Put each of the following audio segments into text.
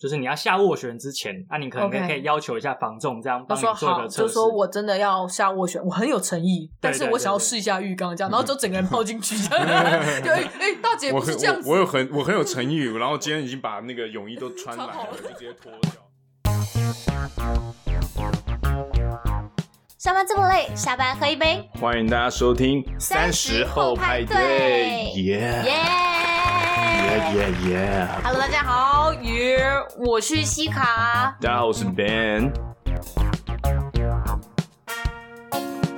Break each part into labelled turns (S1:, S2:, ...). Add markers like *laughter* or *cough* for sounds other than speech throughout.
S1: 就是你要下斡旋之前，啊那、你可能
S2: OK
S1: 可以要求一下房仲这样
S2: 他
S1: 帮你
S2: 说
S1: 做
S2: 好，
S1: 个测
S2: 就
S1: 试。
S2: 说我真的要下斡旋，我很有诚意，但是
S1: 对
S2: 我想要
S1: 对对
S2: 试一下浴缸
S3: *laughs*
S2: 这样，然后就整个人泡进去这样。对，哎，大姐
S3: 我
S2: 不
S3: 很
S2: 是这样
S3: 我我
S2: 子，
S3: 有很我很有诚意，然后今天已经把那个泳衣都穿来
S2: 穿好
S3: 了，
S2: 了
S3: 就直接脱掉。
S4: 上班这么累，下班喝一杯，
S3: *laughs* 欢迎大家收听
S4: 三十后派对耶
S3: 耶耶
S4: 耶
S3: 耶耶！
S4: ！Hello，大家好，鱼，我是西卡。
S3: 大家好，我是 Ben。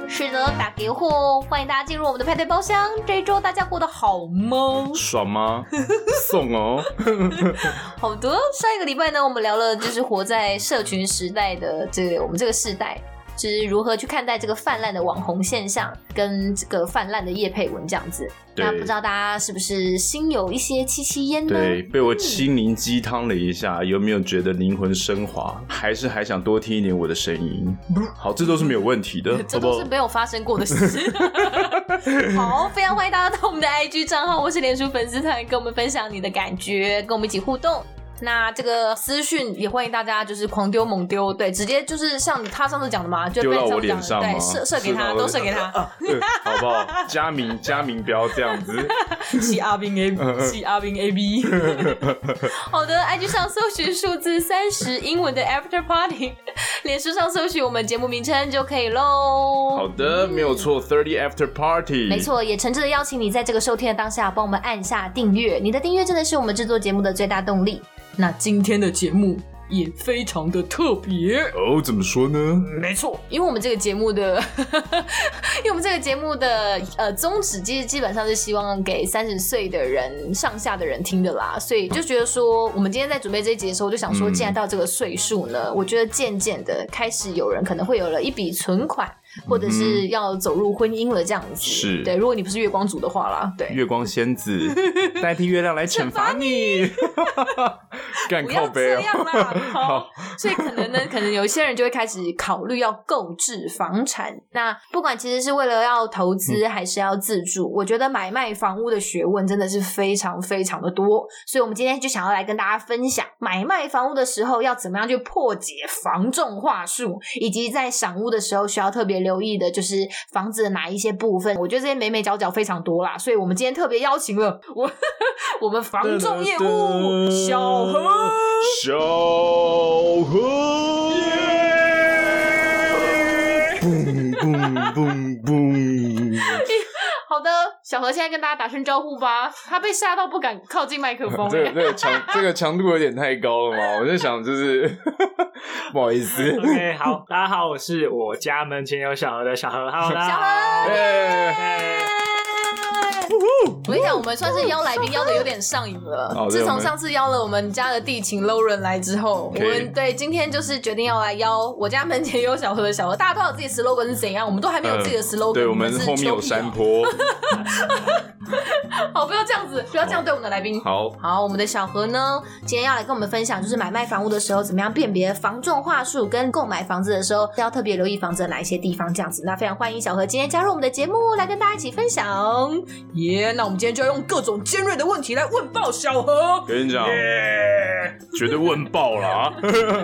S4: 是的，打给货，欢迎大家进入我们的派对包厢。这一周大家过得好吗？
S3: 爽
S4: *laughs*
S3: 吗？送哦！
S4: 好的，上一个礼拜呢，我们聊了就是活在社群时代的这个我们这个世代，就是如何去看待这个泛滥的网红现象跟这个泛滥的叶配文这样子。
S3: 对
S4: 那不知道大家是不是心有一些戚戚焉呢？
S3: 对，被我心灵鸡汤了一下，有没有觉得灵魂升华？还是还想多听一点我的声音？好，这都是没有问题的，
S4: *laughs* 这
S3: 好不
S4: 都
S3: 好
S4: 是？没有发生过的事。
S3: *laughs*
S4: 好，非常欢迎大家到我们的 IG 账号或是脸书粉丝团，跟我们分享你的感觉，跟我们一起互动。那这个私讯也欢迎大家就是狂丢猛丢，对，直接就是像他上次讲的嘛，就
S3: 丢
S4: 被
S3: 到
S4: 你
S3: 我
S4: 次讲
S3: 脸
S4: 的
S3: 上吗？
S4: 对，射射给
S3: 是
S4: 他，
S3: 吗，
S4: 都射给他，
S3: 对好不好？佳明，佳明，不要这样
S4: *laughs*
S3: 子。
S2: 是阿兵
S3: *laughs* 嗯
S2: A，是阿兵 A B。 *laughs*
S4: 好的，IG 上搜寻数字三十英文的 After Party，脸 *laughs* 书上搜寻我们节目名称就可以喽。
S3: 好的，没有错，Thirty After Party，
S4: 没。错，也诚挚的邀请你在这个收听的当下，帮我们按下订阅。你的订阅真的是我们制作节目的最大动力。
S2: 那今天的节目也非常的特别，
S3: 哦，怎么说呢？
S2: 没错，
S4: 因为我们这个节目的， *laughs* 因为我们这个节目的呃宗旨，其实基本上是希望给三十岁的人上下的人听的啦，所以就觉得说，我们今天在准备这一集的时候，就想说，
S3: 嗯
S4: 既然到这个岁数呢，我觉得渐渐的开始有人可能会有了一笔存款，或者是要走入婚姻了这样子。
S3: 嗯是
S4: 对，如果你不是月光族的话啦，对，
S3: 月光仙子 *laughs* 代替月亮来惩罚你，干
S4: 不要
S3: 靠
S4: 这
S3: 背
S4: 样
S3: 哦。
S4: 啦，好
S3: *laughs* 好，
S4: 所以可能呢，可能有一些人就会开始考虑要购置房产。那不管其实是为了要投资还是要自住，我觉得买卖房屋的学问真的是非常非常的多。所以我们今天就想要来跟大家分享，买卖房屋的时候要怎么样去破解房仲话术，以及在赏屋的时候需要特别留意的就是房子的哪一些部分。我觉得这些眉眉角角非常多啦，所以我们今天特别邀请了我 *laughs* 我们房仲业务小何。
S3: 小何。嘣嘣嘣嘣！。
S4: 好的，小何现在跟大家打声招呼吧。他被吓到不敢靠近麦克风
S3: *laughs* 这个这个强这个强度有点太高了嘛，我就想就是 *laughs* 不好意思，
S1: *laughs* OK，好，大家好，我是我家门前有小河的小河，哈喽，大家
S4: 小
S1: 好
S4: 何，
S3: 哎
S2: 我跟你讲，我们算是邀来宾邀的有点上瘾了。
S3: 哦对
S2: 自
S3: 我
S2: 从
S3: 们
S2: 上次邀了我们家的地勤 Lauren 来之后，我
S3: 可以
S2: 们对今天就是决定要来邀我家门前有小河的小河。大家都有自己 slogan 是怎样，我们都还没有自己的 slogan、
S3: 嗯对我
S2: 们
S3: 们
S2: 是
S3: 后面
S2: 丘比
S3: 有
S2: 特
S3: 山。坡，
S2: 好，不要这样子，不要这样对我们的来
S4: 哦
S2: 宾。
S3: 好，
S4: 好，我们的小何呢，今天要来跟我们分享，就是买卖房屋的时候，怎么样辨别房仲话术，跟购买房子的时候要特别留意房子的哪一些地方，这样子。那非常欢迎小何今天加入我们的节目，来跟大家一起分享。哦
S2: 耶那我们今天就要用各种尖锐的问题来问爆小河。
S3: 跟你讲，绝对问爆了啊！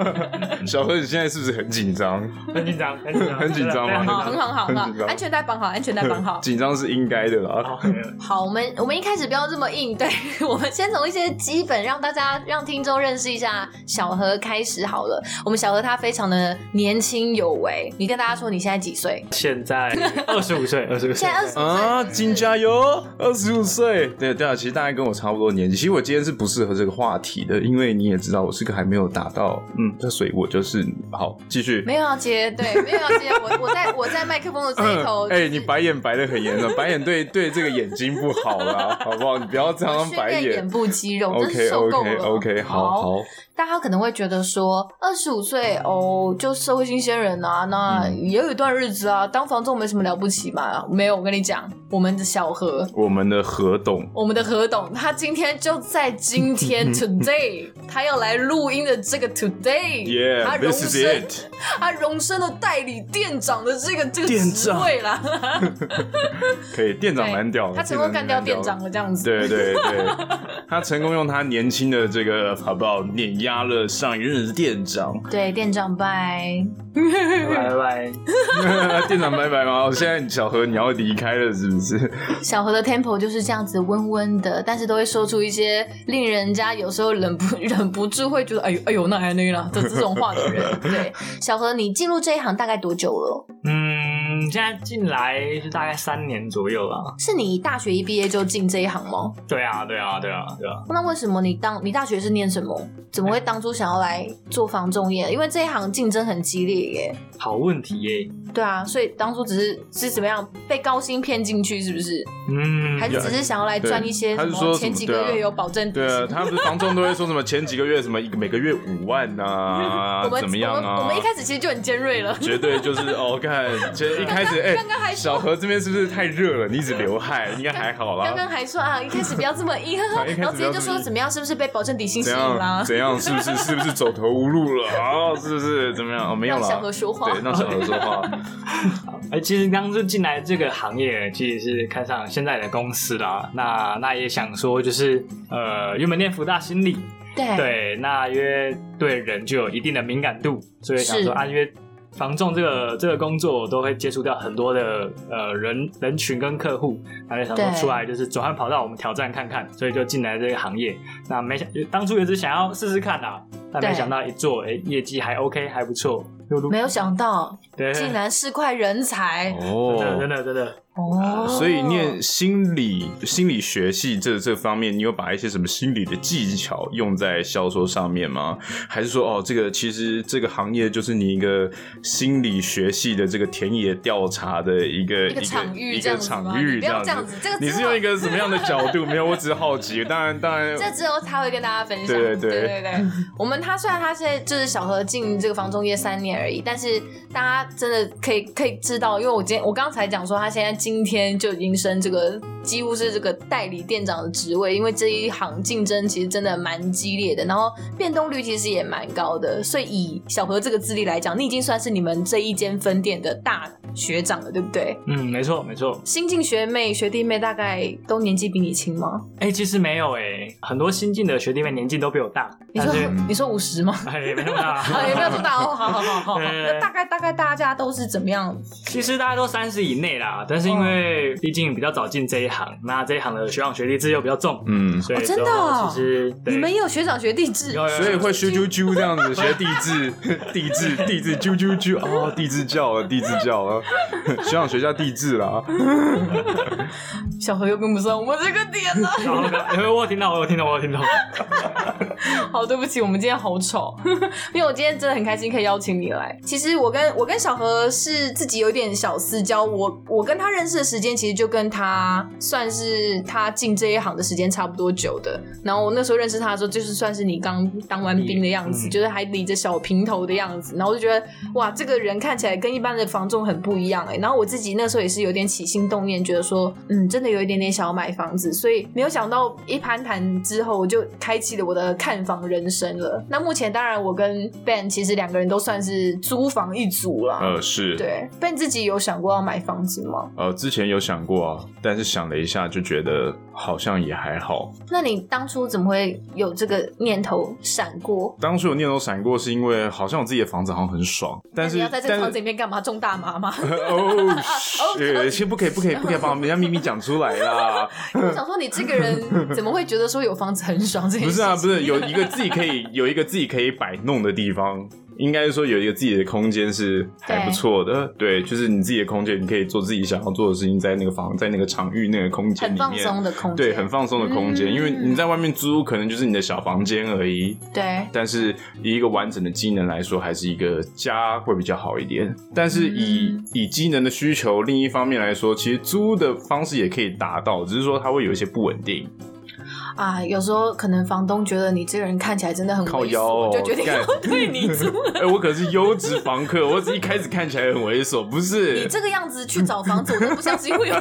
S3: *laughs* 小何，你现在是不是很紧张？
S1: 很紧张，很紧张，
S3: 很紧张吗
S1: 真的非常
S2: 好，
S1: 紧
S2: 很
S1: 张
S2: 好，很好，
S3: 很
S2: 很好，
S3: 紧张。
S2: 安全带绑好，安全带绑好
S3: *laughs* 紧张是应该的啦。
S1: 好，没有
S4: 好，我们我们一开始不要这么硬，对我们先从一些基本让大家让听众认识一下小何开始好了。我们小何他非常的年轻有为，你跟大家说你现在几岁？
S1: 现在二十五岁，二十五岁
S4: 现在，二十
S3: 啊，金加油！二十五岁，对对啊，其实大概跟我差不多年纪。其实我今天是不适合这个话题的，因为你也知道，我是个还没有达到，嗯，那所以我就是好继续。
S4: 没有要接，对，没有要接。我我在我在麦克风
S3: *laughs*
S4: 的这一头，
S3: 哎、你白眼白的很严
S4: *laughs*
S3: 重，白眼对对这个眼睛不好啦，好不好？你不要常常
S4: 训
S3: 白
S4: 练眼
S3: 眼。
S4: 部肌
S3: *laughs*
S4: 肉，真
S3: OK
S4: 是受够
S3: OK
S4: 了。
S3: OK，好好，
S4: 大家可能会觉得说，二十五岁哦，就社会新鲜人啊，那
S3: 嗯
S4: 也有一段日子啊，当房仲没什么了不起嘛。没有，我跟你讲，我们的小何
S3: 我们的何董 *laughs*
S4: 我们的何董，他今天就在今天 today
S2: 他要来录音的这个 today，、他荣
S3: Yeah，this is
S2: 升
S3: it。
S2: 他荣升了代理店长的这个这个
S3: 店
S2: 职
S3: 长
S2: 位啦，
S3: 可以，店长蛮屌的，
S2: 他成功干掉
S3: 店
S2: 店长
S3: 长哦蛮屌的。
S2: 了这样子。
S3: 对对对，他成功用他年轻的这个好不好碾压了上一任的店长， *laughs*
S4: 对，店长拜。
S1: 拜拜。
S3: 店长拜拜吗？现在小何你要离开了是不是？
S4: 小何的 tempo 就是这样子温温的，但是都会说出一些令人家有时候忍不 *laughs* 忍不住会觉得哎呦哎呦那还那啦的这种话的人。对，小何，你进入这一行大概多久了？
S1: 嗯，现在进来就大概三年左右了。
S4: 是你大学一毕业就进这一行吗？
S1: 对啊，对啊，对啊，对啊。
S4: 那为什么你当你大学是念什么？怎么会当初想要来做房仲业？因为这一行竞争很激烈耶。
S1: 好问题耶。
S4: 对啊，所以当初只是是怎么样被高薪骗进去，是不是？
S1: 嗯，
S4: 还是只是想要来赚一些
S3: 对他
S4: 什
S3: 是说
S4: 么
S3: 什么
S4: 前几个
S3: 对啊
S4: 月有保证底
S3: 对
S4: 薪
S3: 啊，他们房仲都会说什么前几个月什么一个每个月五万啊
S4: *laughs* 我，们
S3: 怎么样
S4: 我们
S3: 啊？
S4: 我们一开始其实就很尖
S3: *laughs*
S4: 锐了。
S3: 绝对就是哦，看这一开
S4: *laughs*
S3: 始哎，
S4: 刚刚还
S3: 小何这边是不是太热了？你一直流汗，应该还好啦。
S4: 刚刚还说啊，一开始不要这
S3: *laughs*
S4: 么硬，呵呵
S3: 对一开始
S4: 然后直接就
S3: 不要这么
S4: 说
S3: 硬
S4: 怎么样，是不是被保证底薪吸
S3: 怎
S4: 引啦
S3: 样？怎样？是不是是不是走投无路了啊？是不是怎么样？哦，没有
S4: 让
S3: 啦。
S4: 小何说话
S3: 对，，让小何说
S4: *laughs*
S3: 话。
S1: 哎，其实当初进来这个行业，其实是看上现在的公司啦。那那也想说，就是呃，原本念福大心理，
S4: 对
S1: 对，那因为对人就有一定的敏感度，所以想
S4: 是
S1: 说啊，因为防重这个这个工作，我都会接触到很多的呃人人群跟客户，然后想说
S4: 对
S1: 出来就是转换跑道，我们挑战看看，所以就进来这个行业。那没想当初也是想要试试看啦、但没
S4: 对
S1: 想到一做，哎，业绩还 OK，还不错，又录
S4: 没有想到
S3: 哎
S1: 对，
S4: 竟然是块人才
S1: 真的真
S3: 哦，
S1: 的真的，
S4: 哦，
S3: 所以念心理心理学系这这方面，你有把一些什么心理的技巧用在销售上面吗？还是说哦，这个其实这个行业就是你一个心理学系的这个田野调查的一个
S4: 一个场域
S3: 一个
S4: 这样子吗？
S3: 场
S4: 你
S3: 域
S4: 不
S3: 这
S4: 要
S3: 样
S4: 这样子，这个
S3: 你
S4: 只
S3: 是
S4: 有
S3: 用一个什么样的角度？没有，我只是好奇。当然，当 *laughs* 然，
S4: 这只有他会跟大家分享。
S3: 对对对
S4: 对
S3: *laughs*
S4: 对对我们他虽然他现在就是小何进这个房中业三年而已，但是大家真的可以可以知道，因为我今天我刚才讲说他现在今天就已经升这个几乎是这个代理店长的职位，因为这一行竞争其实真的蛮激烈的，然后变动率其实也蛮高的，所以以小何这个资历来讲，你已经算是你们这一间分店的大学长了，对不对？
S1: 嗯，没错没错。
S4: 新进学妹学弟妹大概都年纪比你轻吗？
S1: 哎，其实没有哎，很多新进的学弟妹年纪都比我大，
S4: 你
S1: 但
S4: 说
S1: 是
S4: 你说五十吗？
S1: 哎也没那么大
S4: *laughs* 啊，也没有多
S1: *laughs*
S4: 大哦，好好好好好，
S1: 对
S4: 那大概大概大家都是怎么样？
S1: 其实大家都三十以内啦，但是因为
S4: 哦
S1: 毕竟比较早进这一行，那这一行的学长学弟制又比较重，
S3: 嗯，
S1: 所以
S4: 哦真的
S1: 之后
S4: 哦
S1: 其实对
S4: 你们也有学长学弟制
S1: 有有有
S3: 所以会咻啾啾这样子学地 *laughs* 质，地质，地质，啾啾啾，哦，地质叫了，地质叫 *laughs* 了，学长学叫地质啦。
S4: 小何又跟不上我们这个点啊
S1: *laughs*
S4: 了。
S1: 然后因为我有听到，我有听到，我有听到。
S4: 啊
S1: *laughs*
S4: 好，对不起，我们今天好丑， *laughs* 因为我今天真的很开心可以邀请你来。其实我跟我跟小何是自己有点小私交，我我跟他认识的时间其实就跟他算是他进这一行的时间差不多久的。然后我那时候认识他的时候，就是算是你刚当完兵的样子，
S1: 嗯
S4: 就是还理着小平头的样子。然后我就觉得哇，这个人看起来跟一般的房仲很不一样哎、然后我自己那时候也是有点起心动念，觉得说嗯，真的有一点点想要买房子，所以没有想到一攀谈之后，我就开启了我的看房人生了。那目前当然我跟 Ben 其实两个人都算是租房一族啦。
S3: 呃，是，
S4: 对，Ben 自己有想过要买房子吗？
S3: 呃，之前有想过啊，但是想了一下，就觉得好像也还好。
S4: 那你当初怎么会有这个念头闪过？
S3: 当初有念头闪过，是因为好像我自己的房子好像很爽，但是
S4: 你要在这个
S3: 但
S4: 房子
S3: 是
S4: 里面干嘛？种大麻吗？ *laughs*
S3: 哦，是先不可以，不可以，不可以把人家秘密讲出来啦。
S4: 我想说你这
S3: *laughs*
S4: 个人怎么会觉得说有房子很爽这件
S3: 不
S4: 事
S3: 是
S4: 情？
S3: 啊，不是有一个自己可以有一个自己可以摆弄的地方，应该是说有一个自己的空间是还不错的。对，就是你自己的空间，你可以做自己想要做的事情，在那个房，在那个场域、那个空间
S4: 很
S3: 里
S4: 放松
S3: 面。
S4: 的空间，
S3: 对，很放松的空间，
S4: 嗯
S3: 因为你在外面租，可能就是你的小房间而已。
S4: 对。
S3: 但是以一个完整的机能来说，还是一个家会比较好一点。但是以、
S4: 嗯
S3: 以机能的需求，另一方面来说，其实租的方式也可以达到，只是说它会有一些不稳定。
S2: 啊，有时候可能房东觉得你这个人看起来真的很
S3: 靠
S2: 猥
S3: 腰哦
S2: 琐，就决定
S3: 干
S2: 要 *laughs* 对你租。
S3: *laughs* 哎、我可是优质房客，我只一开始看起来很猥琐，不
S2: 你
S3: 是？
S2: 这个样子去找房子，我都不相信
S3: *laughs*
S2: 会有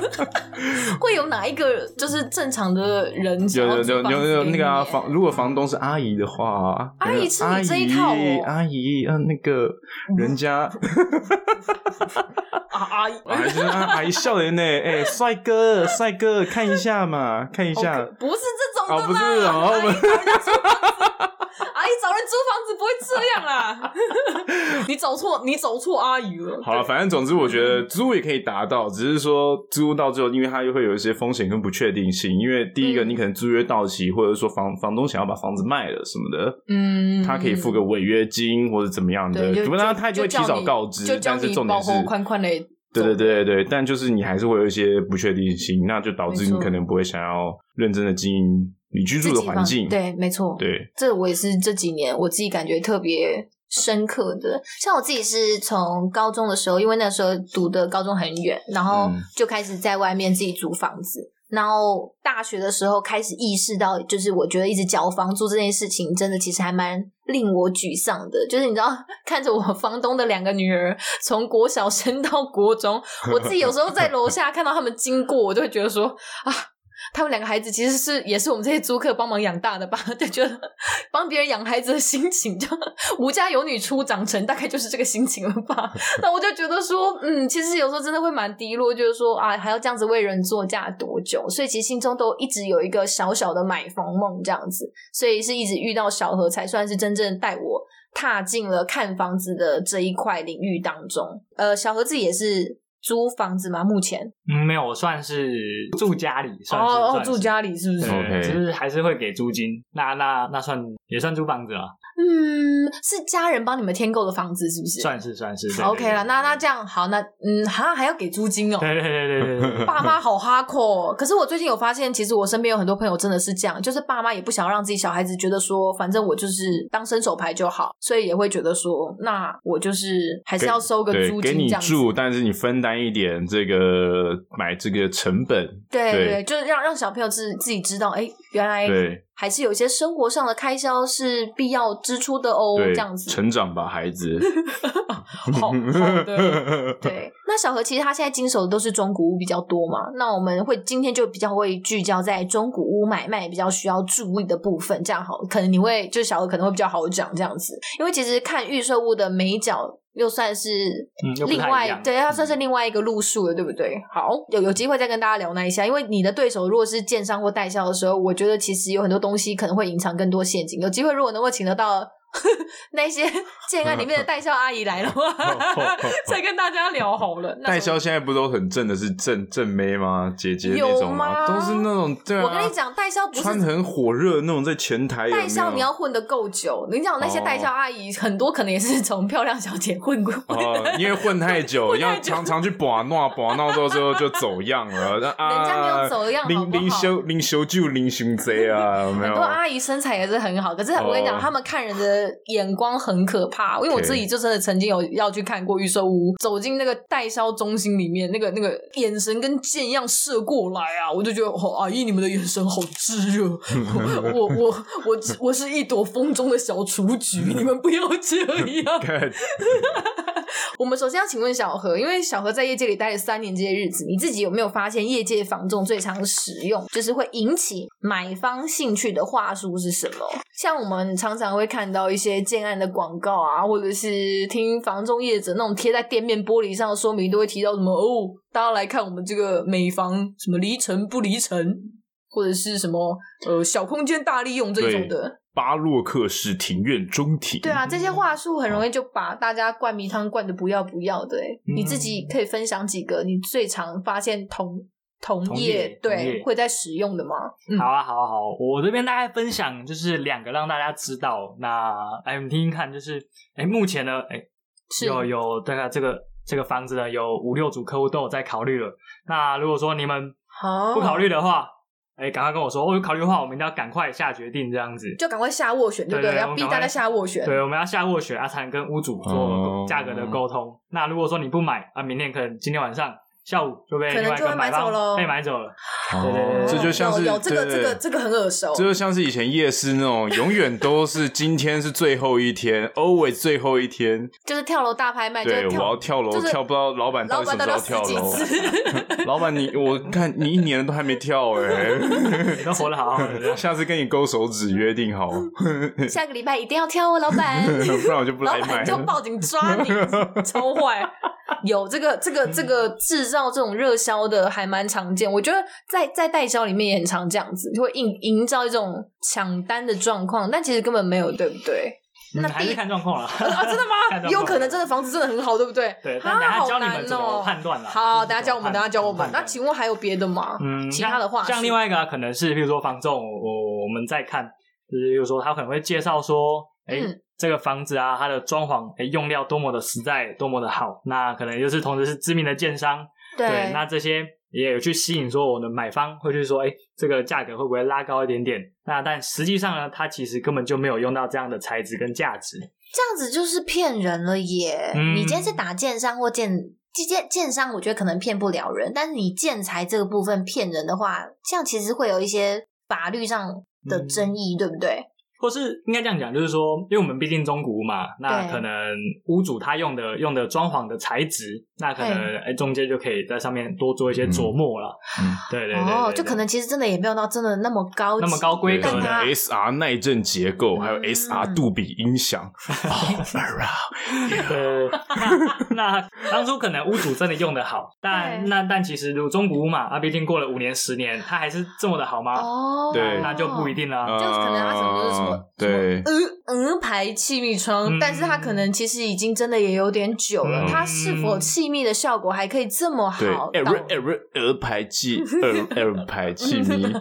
S2: 会有哪一个就是正常的人
S3: 有
S2: 想要
S3: 有
S2: 租
S3: 有
S2: 房子
S3: 有有
S2: 给
S3: 那个、啊、
S2: 你
S3: 房，如果房东是阿姨的话，
S2: 阿姨吃你这一套哦
S3: 阿姨，嗯、那个
S2: *laughs*
S3: 人家、
S2: 啊阿姨。
S3: 啊还是啊阿姨笑人呢，哎、帅哥帅哥，看一下嘛，看一下。
S2: OK，不是这种的啦，
S3: 啊不是哦
S2: 阿姨
S3: 我们
S2: 找人家
S3: *laughs*
S2: 租房子，阿姨找人租房子不会这样啦。 *laughs* 你找错，你找错阿姨了。
S3: 好了，反正总之，我觉得
S2: 嗯
S3: 租也可以达到，只是说租到最后，因为它又会有一些风险跟不确定性。因为第一个，
S2: 嗯
S3: 你可能租约到期，或者说房房东想要把房子卖了什么的，
S2: 嗯，
S3: 他可以付个违约金或者怎么样的，
S2: 对，就
S3: 不然他就会提
S2: 叫
S3: 早
S2: 你
S3: 告知
S2: 就。叫
S3: 但是
S2: 你
S3: 重
S2: 包
S3: 点是，
S2: 红宽宽的。
S3: 对对对对，但就是你还是会有一些不确定性，那就导致
S2: 没
S3: 你
S2: 错
S3: 可能不会想要认真的经营你居住
S2: 自
S3: 的
S2: 己
S3: 环
S2: 房
S3: 境。
S2: 对，没错，
S3: 对，
S4: 这我也是这几年我自己感觉特别深刻的。像我自己是从高中的时候，因为那时候读的高中很远，然后
S3: 嗯
S4: 就开始在外面自己租房子。然后大学的时候开始意识到，就是我觉得一直缴房租这件事情，真的其实还蛮令我沮丧的。就是你知道，看着我 *laughs* 房东的两个女儿从国小升到国中，我自己有时候在楼下看到他们经过，我就会觉得说啊，他们两个孩子其实是也是我们这些租客帮忙养大的吧？ *laughs* 就觉得帮别人养孩子的心情，就无家有女初长成，大概就是这个心情了
S1: *laughs*
S4: 吧？那我就觉得说，嗯，其实有时候真的会蛮低落，就是说啊，还要这样子为人作嫁多久？所以其实心中都一直有一个小小的买房梦这样子，所以是一直遇到小何才算是真正带我。踏进了看房子的这一块领域当中，呃，小何自己也是租房子吗？目前
S1: 嗯，没有，我算是住家里，算是
S2: 哦哦，
S1: 算是
S2: 住家里是不是？
S1: 对
S3: OK
S1: 就是还是会给租金，那那那算也算租房子了，
S4: 嗯，是家人帮你们添购的房子，是不是？
S1: 算是算是。对
S4: OK 啦，那那这样好，那嗯，哈还要给租金哦。
S1: 对对对对对对，
S4: 爸妈好哈扣、哦，可是我最近有发现，其实我身边有很多朋友真的是这样，就是爸妈也不想让自己小孩子觉得说，反正我就是当伸手牌就好，所以也会觉得说，那我就是还是要收个
S3: 对，
S4: 租
S3: 给
S4: 金这
S3: 你
S4: 样子。
S3: 住，但是你分担一点这个买这个成本，
S4: 对
S3: 对
S4: 对，就是让让小朋友自自己知道，哎，原来
S3: 对
S4: 还是有一些生活上的开销是必要支出的哦，
S3: 对，
S4: 这样子。
S3: 成长吧，孩
S4: *laughs*
S3: 子。 *laughs*
S2: 好好的。
S1: *laughs*
S4: 对，那小何其实他现在经手的都是中古屋比较多嘛，那我们会今天就比较会聚焦在中古屋买卖比较需要注意的部分，这样好，可能你会就是小何可能会比较好讲这样子，因为其实看预售物的美角又算是
S1: 嗯又不
S4: 另
S1: 太一
S4: 外、
S1: 样
S4: 对，它算是另外一个路数了，对不对？好，有有机会再跟大家聊那一下，因为你的对手如果是建商或代销的时候，我觉得其实有很多东西可能会隐藏更多陷阱，有机会如果能够请得到。 *laughs* 那些 *laughs* 建案
S1: *laughs*
S4: 里面的代销阿姨来的话， *laughs* 再跟大家聊好了。
S3: *laughs*
S4: 那
S3: 代销现在不都很正的是正正妹吗？姐姐那种
S4: 有吗
S3: 都是那种对啊。
S4: 我跟你，讲，代销不
S3: 穿
S4: 是
S3: 得很火热那种，在前台有没有
S4: 代销，你要混得够久。你讲那些
S3: 哦
S4: 代销阿姨，很多可能也是从漂亮小姐混过。
S3: *laughs* 哦，因为混太久，要常常去把闹把闹，到最后就走样了。那啊，
S4: *laughs* 人家没有走样好
S3: 零
S4: 不好
S3: 零修零修就零熊贼啊，有没
S4: 很
S3: 有
S4: 多？阿姨身材也是很好，可是
S3: 哦
S4: 我跟你讲，他们看人的眼光很可怕。因为我
S3: OK
S4: 自己就真的曾经有要去看过预售屋，走进那个代销中心里面，那个那个眼神跟箭一样射过来啊，我就觉得哦，阿姨你们的眼神好
S3: *laughs*
S4: 炙热，我我我我我是一朵风中的小雏
S3: *laughs*
S4: 菊，你们不要这样。
S3: 看
S4: 我们首先要请问小何，因为小何在业界里待了三年这些日子，你自己有没有发现业界房仲最常使用，就是会引起买方兴趣的话术是什么？像我们常常会看到一些建案的广告啊，或者是听房仲业者那种贴在店面玻璃上的说明，都会提到什么哦，大家来看我们这个美房什么离城不离城，或者是什么呃小空间大利用这种的。
S3: *laughs* 巴洛克式庭院中庭，
S4: 对啊，这
S1: 嗯
S4: 些话术很容易就把大家灌迷汤灌的不要不要的、欸。
S1: 嗯
S4: 你自己可以分享几个你最常发现同同
S1: 同
S4: 业
S1: 业同
S4: 对
S1: 业
S4: 会在使用的吗？嗯
S1: 好啊，好啊，好啊，我这边大概分享就是两个让大家知道，那哎，我们听听看，就是哎，目前呢，哎，
S4: 是
S1: 有有大概这个这个房子呢，有五六组客户都有在考虑了。那如果说你们
S4: 好
S1: 不考虑的
S4: 哦
S1: 话，哎，赶快跟我说，我、哦、有考虑的话，我们一定要赶快下决定，这样子。
S4: 就赶快下斡旋，对不
S1: 对对
S4: 要逼大家下斡旋。
S1: 对，我们要下斡旋啊，才能跟屋主
S3: 哦
S1: 做价格的沟通。那如果说你不买啊，明天可能今天晚上、下午就被
S2: 可能
S1: 另外一
S2: 就
S1: 个
S2: 会
S1: 买
S2: 买
S1: 方
S2: 走咯
S1: 被买走了。 *laughs* 对对对，
S3: 哦这就像是
S2: 有有这个
S3: 对对
S2: 这个这个很耳熟
S3: 这就像是以前夜市那种，永远都是今天是最后一天，always 最后一天。
S4: 就是跳楼大拍卖，就
S3: 对，
S4: 是
S3: 我
S4: 跳
S3: 要跳楼，
S4: 就是
S3: 跳不到老板到
S2: 老
S3: 底什
S2: 板
S3: 么
S2: 到
S3: 时
S2: 底
S3: 候
S2: 要死
S3: 跳
S2: 几
S3: 楼？
S2: 次？
S3: 老板你，我看你一年都还没跳哎、
S1: 你都活得好好的，这样
S3: 下次跟你勾手指约定好， *laughs*
S4: 下个礼拜一定要跳哦，老
S1: *laughs*
S4: 板。
S3: 不然我就不来
S4: 老
S3: 买
S4: 板就
S3: 了。
S4: 报警抓你，超坏。有这个这个这个制造这种热销的还蛮常见，我觉得在在代销里面也很常这样子，就会营营造一种抢单的状况，但其实根本没有，对不对？
S1: 嗯
S4: *laughs* 那
S1: 还
S4: 第
S1: 是
S4: 一
S1: 看状况了。
S4: *laughs* 啊，真的
S1: *laughs* 看
S4: 吗？
S1: 状况
S4: 有可能真的房子真的很好，对不对？
S1: 对，
S4: 啊
S1: 但等下
S4: 好
S1: 教你
S4: 难
S1: 们怎么
S4: 哦
S1: 判断啦。
S4: 好，
S1: 就是
S4: 等下教我们，
S1: 怎么
S4: 等下
S1: 判
S4: 教我
S1: 怎
S4: 们。
S1: 么判
S4: 那
S1: 断
S4: 请问还有别的吗？
S1: 嗯，
S4: 其他的话
S1: 像像另外一个啊可能是，比如说房仲，我我们在看，就是比如说他可能会介绍说，哎、
S4: 嗯
S1: 这个房子啊，它的装潢，哎，用料多么的实在，多么的好，那可能就是同时是知名的建商，对，那这些也有去吸引说我们买方会去说，哎，这个价格会不会拉高一点点？那但实际上呢，它其实根本就没有用到这样的材质跟价值，
S4: 这样子就是骗人了耶！
S1: 嗯
S4: 你今天是打建商或建建建商，我觉得可能骗不了人，但是你建材这个部分骗人的话，这样其实会有一些法律上的
S1: 嗯
S4: 争议，对不对？
S1: 或是应该这样讲，就是说，因为我们毕竟中古屋嘛，那
S4: 对
S1: 可能屋主他用的用的装潢的材质，那可能哎中间就可以在上面多做一些琢磨了。
S3: 嗯嗯
S1: 对对对
S4: 哦，
S1: 对
S4: 就可能其实真的也没有到真的那么高级，
S1: 那么高规格
S4: 但它
S1: 的，
S3: SR 耐震结构，还有
S4: 嗯
S3: SR 杜比音响。
S1: 对，
S4: *laughs*
S1: 那那当初可能屋主真的用的好，但
S4: 对
S1: 那但其实如果中古屋嘛，啊，毕竟过了五年十年，它还是这么的好吗？
S4: 哦，
S3: 对
S1: 那就不一。定啦。
S3: 呃
S4: 啊就是可能它什么就是什么
S3: 啊对，
S4: 鹅鹅牌气密窗，
S1: 嗯
S4: 但是它可能其实已经真的也有点久了，
S3: 嗯
S4: 它是否气密的效果还可以这么好
S3: 对，
S4: 到？
S1: 哎
S3: 耳耳耳排气，耳
S4: *laughs*
S3: 耳排气咪。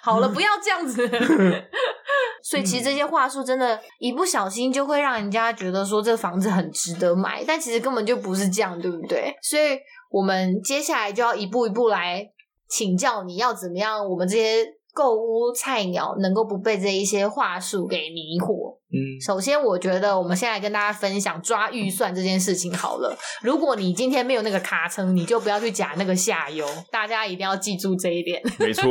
S4: 好了，不要这样子。所以其实这些话术真的，一不小心就会让人家觉得说这房子很值得买，但其实根本就不是这样，对不对？所以我们接下来就要一步一步来请教你要怎么样，我们这些购屋菜鸟能够不被这一些话术给迷惑。
S1: 嗯，
S4: 首先，我觉得我们现在跟大家分享抓预算这件事情好了。如果你今天没有那个卡层，你就不要去夹那个下游，大家一定要记住这一点。
S3: 没错，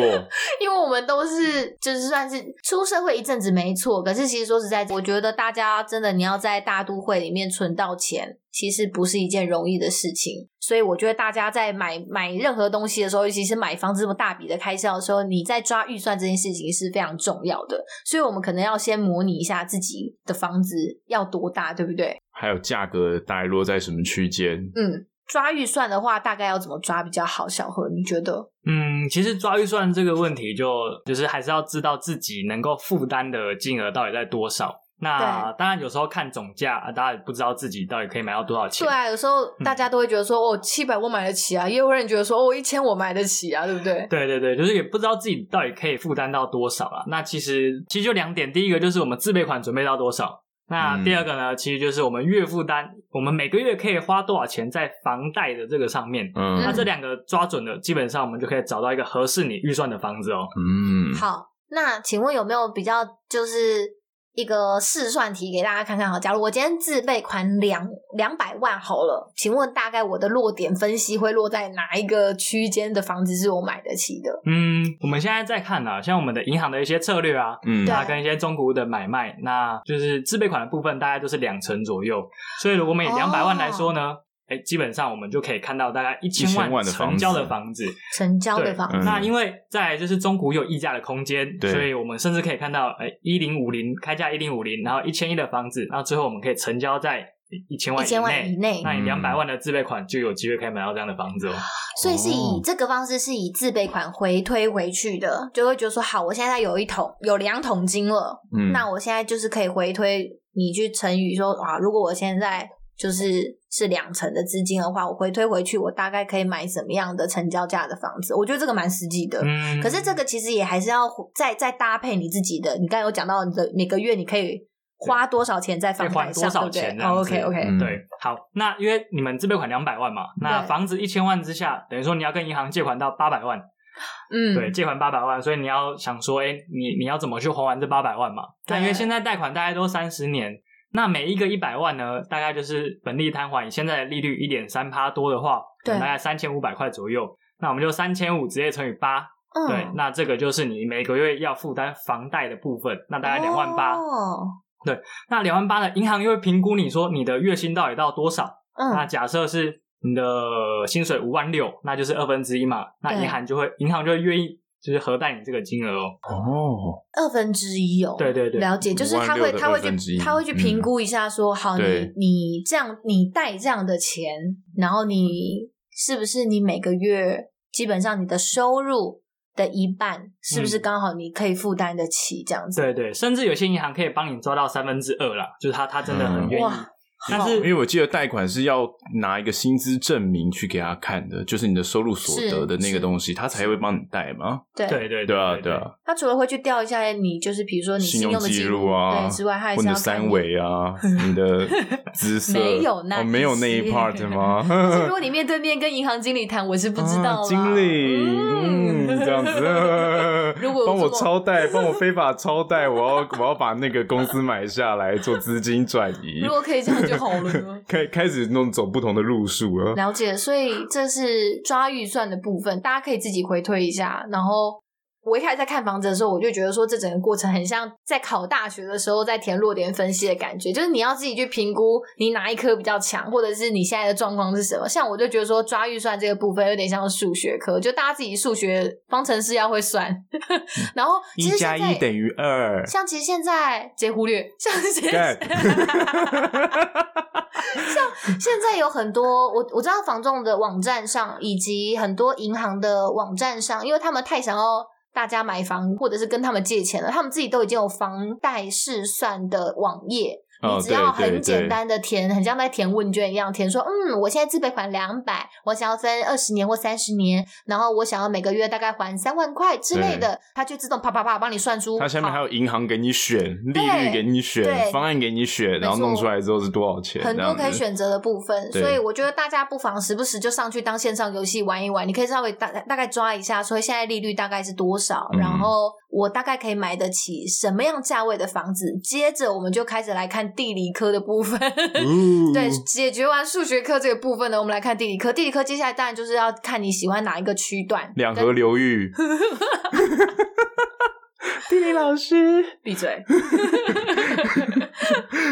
S4: 因为我们都是就是算是出社会一阵子没错，可是其实说实在，我觉得大家真的你要在大都会里面存到钱，其实不是一件容易的事情。所以我觉得大家在买买任何东西的时候，尤其是买房子这么大笔的开销的时候，你在抓预算这件事情是非常重要的。所以我们可能要先模拟一下自己的房子要多大，对不对？
S3: 还有价格大概落在什么区间？
S4: 嗯，抓预算的话，大概要怎么抓比较好？小何，你觉得？
S1: 嗯，其实抓预算这个问题就，就是还是要知道自己能够负担的金额到底在多少。那当然有时候看总价，啊大家也不知道自己到底可以买到多少钱。
S4: 对啊，有时候大家都会觉得说，哦，七百我买得起啊，也有人觉得说，哦，一千我买得起啊，对不对？
S1: 对对对，就是也不知道自己到底可以负担到多少啦。那其实其实就两点，第一个就是我们自备款准备到多少，那
S3: 嗯
S1: 第二个呢，其实就是我们月负担，我们每个月可以花多少钱在房贷的这个上面。那
S3: 嗯
S1: 这两个抓准了，基本上我们就可以找到一个合适你预算的房子哦。
S3: 嗯，
S4: 好，那请问有没有比较就是一个试算题给大家看看？好，假如我今天自备款两两百万好了，请问大概我的落点分析会落在哪一个区间的房子是我买得起的？
S1: 嗯，我们现在在看啊，像我们的银行的一些策略啊，
S3: 嗯
S4: 对
S1: 那跟一些中古屋的买卖，那就是自备款的部分大概就是两成左右。所以如果我们以
S4: 哦
S1: 两百万来说呢，哎、基本上我们就可以看到大概一千
S3: 1000万的房子
S1: 成交的房子。
S4: 成交
S1: 对
S4: 的房
S3: 嗯
S4: 子，
S1: 那因为再来就是中古有溢价的空间，
S3: 对
S1: 所以我们甚至可以看到，哎、1一零五零开价一零五零，然后一千一的房子，然后最后我们可以成交在一千万
S4: 一千万
S1: 内。
S4: 以内，
S1: 那你两
S3: 嗯
S1: 百万的自备款就有机会可以买到这样的房子哦。
S4: 所以是以
S3: 哦
S4: 这个方式是以自备款回推回去的，就会觉得说，好，我现在有一桶有两桶金了，
S3: 嗯
S4: 那我现在就是可以回推你去乘以说啊，如果我现在就是是两成的资金的话，我回推回去，我大概可以买什么样的成交价的房子？我觉得这个蛮实际的。
S1: 嗯，
S4: 可是这个其实也还是要再再搭配你自己的，你刚才有讲到你的每个月你可以花多少钱在房
S1: 可以花
S4: 贷
S1: 多
S4: 上，对
S1: 少
S4: 不对哦
S1: 钱这样子
S4: o k OK，、
S3: 嗯
S1: 对，好，那因为你们自备款两百万嘛，那
S4: 对
S1: 房子一千万之下，等于说你要跟银行借款到八百万，
S4: 嗯，
S1: 对，借款八百万，所以你要想说，哎、你你要怎么去还完这八百万嘛？但因为
S4: 对
S1: 现在贷款大概都三十年，那每一个一百万呢，大概就是本利摊还，以现在的利率一点三趴多的话，可能
S4: 对
S1: 大概三千五百块左右。那我们就三千五直接乘以八，
S4: 嗯，
S1: 对，那这个就是你每个月要负担房贷的部分，那大概两万八。
S4: 哦，
S1: 那两万八呢，银行又会评估你说你的月薪到底到多少。那
S4: 嗯，
S1: 假设是你的薪水五万六，那就是二分之一嘛，那
S4: 对
S1: 银行就会银行就会愿意就是核贷你这个金额哦。
S3: 哦，
S4: 二分之一哦，
S1: 对对对
S4: 了解，就是他
S3: 5万
S4: 会
S3: 六的
S4: 他会
S3: 二分之
S4: 去
S3: 一嗯
S4: 他会去评估一下说，好，你
S3: 对
S4: 你这样你贷这样的钱，然后你是不是你每个月基本上你的收入的一半，是不是
S1: 嗯
S4: 刚好你可以负担得起这样子？
S1: 对对，甚至有些银行可以帮你抓到三分之二啦，就是他他真
S3: 嗯
S1: 的很愿意。
S4: 哇，
S1: 但
S4: 好
S1: 是
S3: 因为我记得贷款是要拿一个薪资证明去给他看的，就是你的收入所得的那个东西，他才会帮你贷嘛。
S4: 对
S1: 对对
S3: 对啊，
S1: 对
S3: 对啊，
S4: 他除了会去调一下你，就是比如说你
S3: 信
S4: 用的
S3: 记
S4: 记
S3: 录啊，
S4: 对之外，他还
S3: 或
S4: 是
S3: 你
S4: 要
S3: 的
S4: 看
S3: 三
S4: 你。
S3: 围啊，你
S4: *laughs*
S3: 的姿色，
S4: 没有那
S3: 哦，没有那
S4: 一
S3: 一
S4: 些
S3: part
S4: *laughs*
S3: 吗？
S4: 但是如果你面对面跟银行经理谈，我是不知道啦、
S3: 啊、经理，嗯，这样子，
S4: *laughs* 如果有
S3: 帮我
S4: 这么
S3: 超
S4: *laughs*
S3: 贷，帮我非法超贷，我要我要把那个公司买下来做资金转移
S4: 如，果可以这样就好了呢。
S3: 开开始弄走不同的路数了。
S4: 了解，所以这是抓预算的部分，大家可以自己回推一下。然后我一开始在看房子的时候，我就觉得说这整个过程很像在考大学的时候在填落点分析的感觉，就是你要自己去评估你哪一科比较强，或者是你现在的状况是什么。像我就觉得说抓预算这个部分有点像数学科，就大家自己数学方程式要会算。 *laughs* 然后
S3: 嗯
S4: 其
S3: 一
S4: 实
S3: 加
S4: 现在
S3: 一等于二，
S4: 像其实现在直接忽略，像直接
S3: 干
S4: 现在有很多我我知道房仲的网站上，以及很多银行的网站上，因为他们太想要大家买房或者是跟他们借钱了，他们自己都已经有房贷试算的网页。
S3: 哦
S4: *laughs* 你只要
S3: 对对
S4: 很简单的填，很像在填问卷一样，填说，嗯，我现在自备款两百，我想要分二十年或三十年，然后我想要每个月大概还三万块之类的，它就自动啪啪啪帮你算出。
S3: 它下面
S4: 好
S3: 还有银行给你选，利率
S4: 对
S3: 给你
S4: 对
S3: 选，方案给你选，然后
S4: 没错
S3: 弄出来之后是多少钱？
S4: 很
S3: 这
S4: 多
S3: 样
S4: 可以
S3: 子。
S4: 选择的部分，
S3: 对
S4: 所以我觉得大家不妨时不时就上去当线上游戏玩一玩。你可以稍微大大概抓一下，说现在利率大概是多少，
S3: 嗯
S4: 然后我大概可以买得起什么样价位的房子。接着我们就开始来看地理科的部分。 *laughs*
S3: 哦
S4: 对，解决完数学课这个部分呢，我们来看地理科。地理科接下来当然就是要看你喜欢哪一个区段。
S3: 两河流域，
S2: 闭嘴。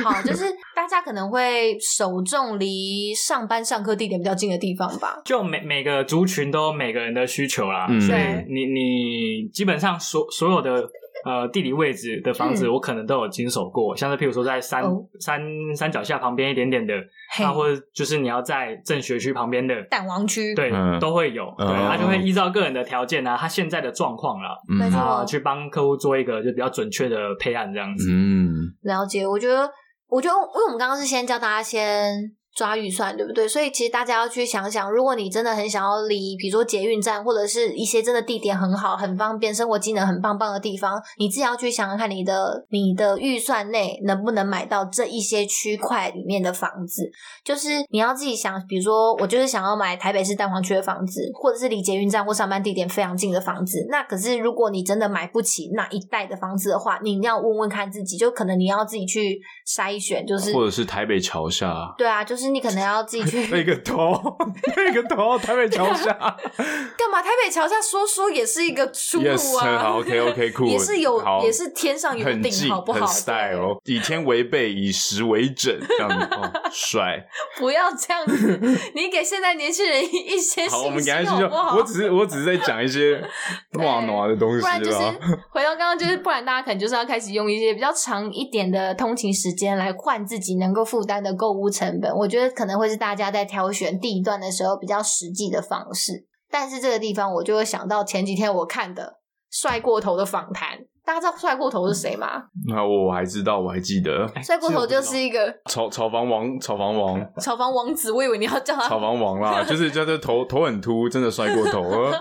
S4: 好，就是 *laughs* 大家可能会首重离上班上课地点比较近的地方吧。
S1: 就每每个族群都有每个人的需求啦，
S3: 嗯
S1: 所以
S4: 对
S1: 你你基本上所所有的呃地理位置的房子，
S4: 嗯
S1: 我可能都有经手过，像是譬如说在山、
S4: 哦
S1: 山山脚下旁边一点点的，
S4: 嘿
S1: 那，或者就是你要在正学区旁边的，
S4: 蛋黄区。
S1: 对，
S3: 嗯
S1: 都会有，对，
S3: 嗯
S1: 他就会依照个人的条件啊，他现在的状况啦，
S4: *laughs* 没
S3: 嗯
S4: 错
S1: 啊，去帮客户做一个就比较准确的配案这样子。
S3: 嗯，
S4: 了解，我觉得，我觉得，因为我们刚刚是先教大家先抓预算，对不对？所以其实大家要去想想，如果你真的很想要离，比如说捷运站或者是一些真的地点很好、很方便、生活机能很棒棒的地方，你自己要去想想看，你的你的预算内能不能买到这一些区块里面的房子。就是你要自己想，比如说我就是想要买台北市蛋黄区的房子，或者是离捷运站或上班地点非常近的房子。那可是如果你真的买不起那一带的房子的话，你一定要问问看自己，就可能你要自己去筛选，就是
S3: 或者是台北桥下，
S4: 对啊，就是你可能要自己去
S3: *laughs* 那个头， *laughs* 那个头，台北桥
S4: *laughs*
S3: 下
S4: 干嘛？台北桥下说说也是一个出路啊
S3: ，yes，很好，OK，OK，酷，
S4: 也是有
S3: 好
S4: 也是天上有
S3: 很
S4: 顶，
S3: 近，
S4: 好不好
S3: 很 style，以天为被，以实为枕，这样
S4: *laughs*
S3: 子，哦帅。
S4: *laughs* 不要这样子，你给现在年轻人一些信
S3: 好，我们
S4: 息
S3: 赶快
S4: 好
S3: 去
S4: 不好？
S3: 我只是我只是在讲一些
S4: *laughs* 对
S3: 暖暖的东西
S4: 不然就是
S3: 吧。
S4: 回到刚刚，就是不然大家可能就是要开始用一些比较长一点的通勤时间来换自己能够负担的购物成本。我觉得可能会是大家在挑选地段的时候比较实际的方式。但是这个地方，我就会想到前几天我看的帅过头的访谈。大家知道帅过头是谁吗？
S1: 嗯
S3: 那我还知道，我还记得
S1: 哎
S4: 帅过头
S1: 这个
S4: 就
S1: 不知
S4: 是
S1: 道
S4: 一个
S3: 炒炒房王，炒房王，
S4: 炒房王子，我以为你要叫
S3: *laughs*
S4: 他
S3: 炒房王啦，就是就是头头很秃，真的摔过头，呃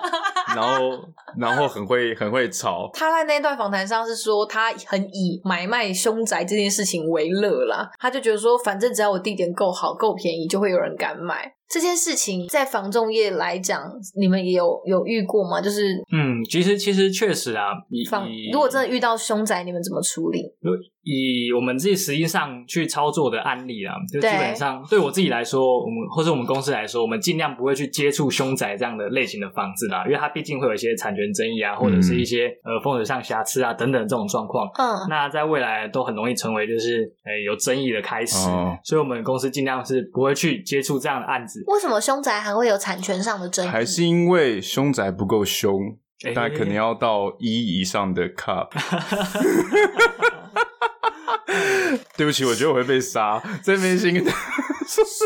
S3: 然后然后很会很会炒，
S4: 他在那段访谈上是说，他很以买卖凶宅这件事情为乐啦，他就觉得说，反正只要我地点够好、够便宜，就会有人敢买。这件事情在房仲业来讲，你们也有有遇过吗？就是
S1: 嗯，其实其实确实啊，以
S4: 房
S1: 以
S4: 如果真的遇到凶宅，你们怎么处理？
S1: 以我们自己实际上去操作的案例啦，啊就基
S4: 对
S1: 本上对我自己来说，我们或者我们公司来说，我们尽量不会去接触凶宅这样的类型的房子啦，因为它毕竟会有一些产权争
S3: 嗯
S1: 议啊，或者是一些、呃风水上瑕疵啊等等这种状况。
S4: 嗯，
S1: 那在未来都很容易成为就是呃有争议的开始，
S3: 哦
S1: 所以我们公司尽量是不会去接触这样的案
S4: *laughs*
S1: 子。
S4: 为什么凶宅还会有产权上的争议？
S3: 还是因为凶宅不够凶，
S1: 哎
S3: 但可能要到一以上的 cup。对不起，我觉得我会被杀。这边先跟大家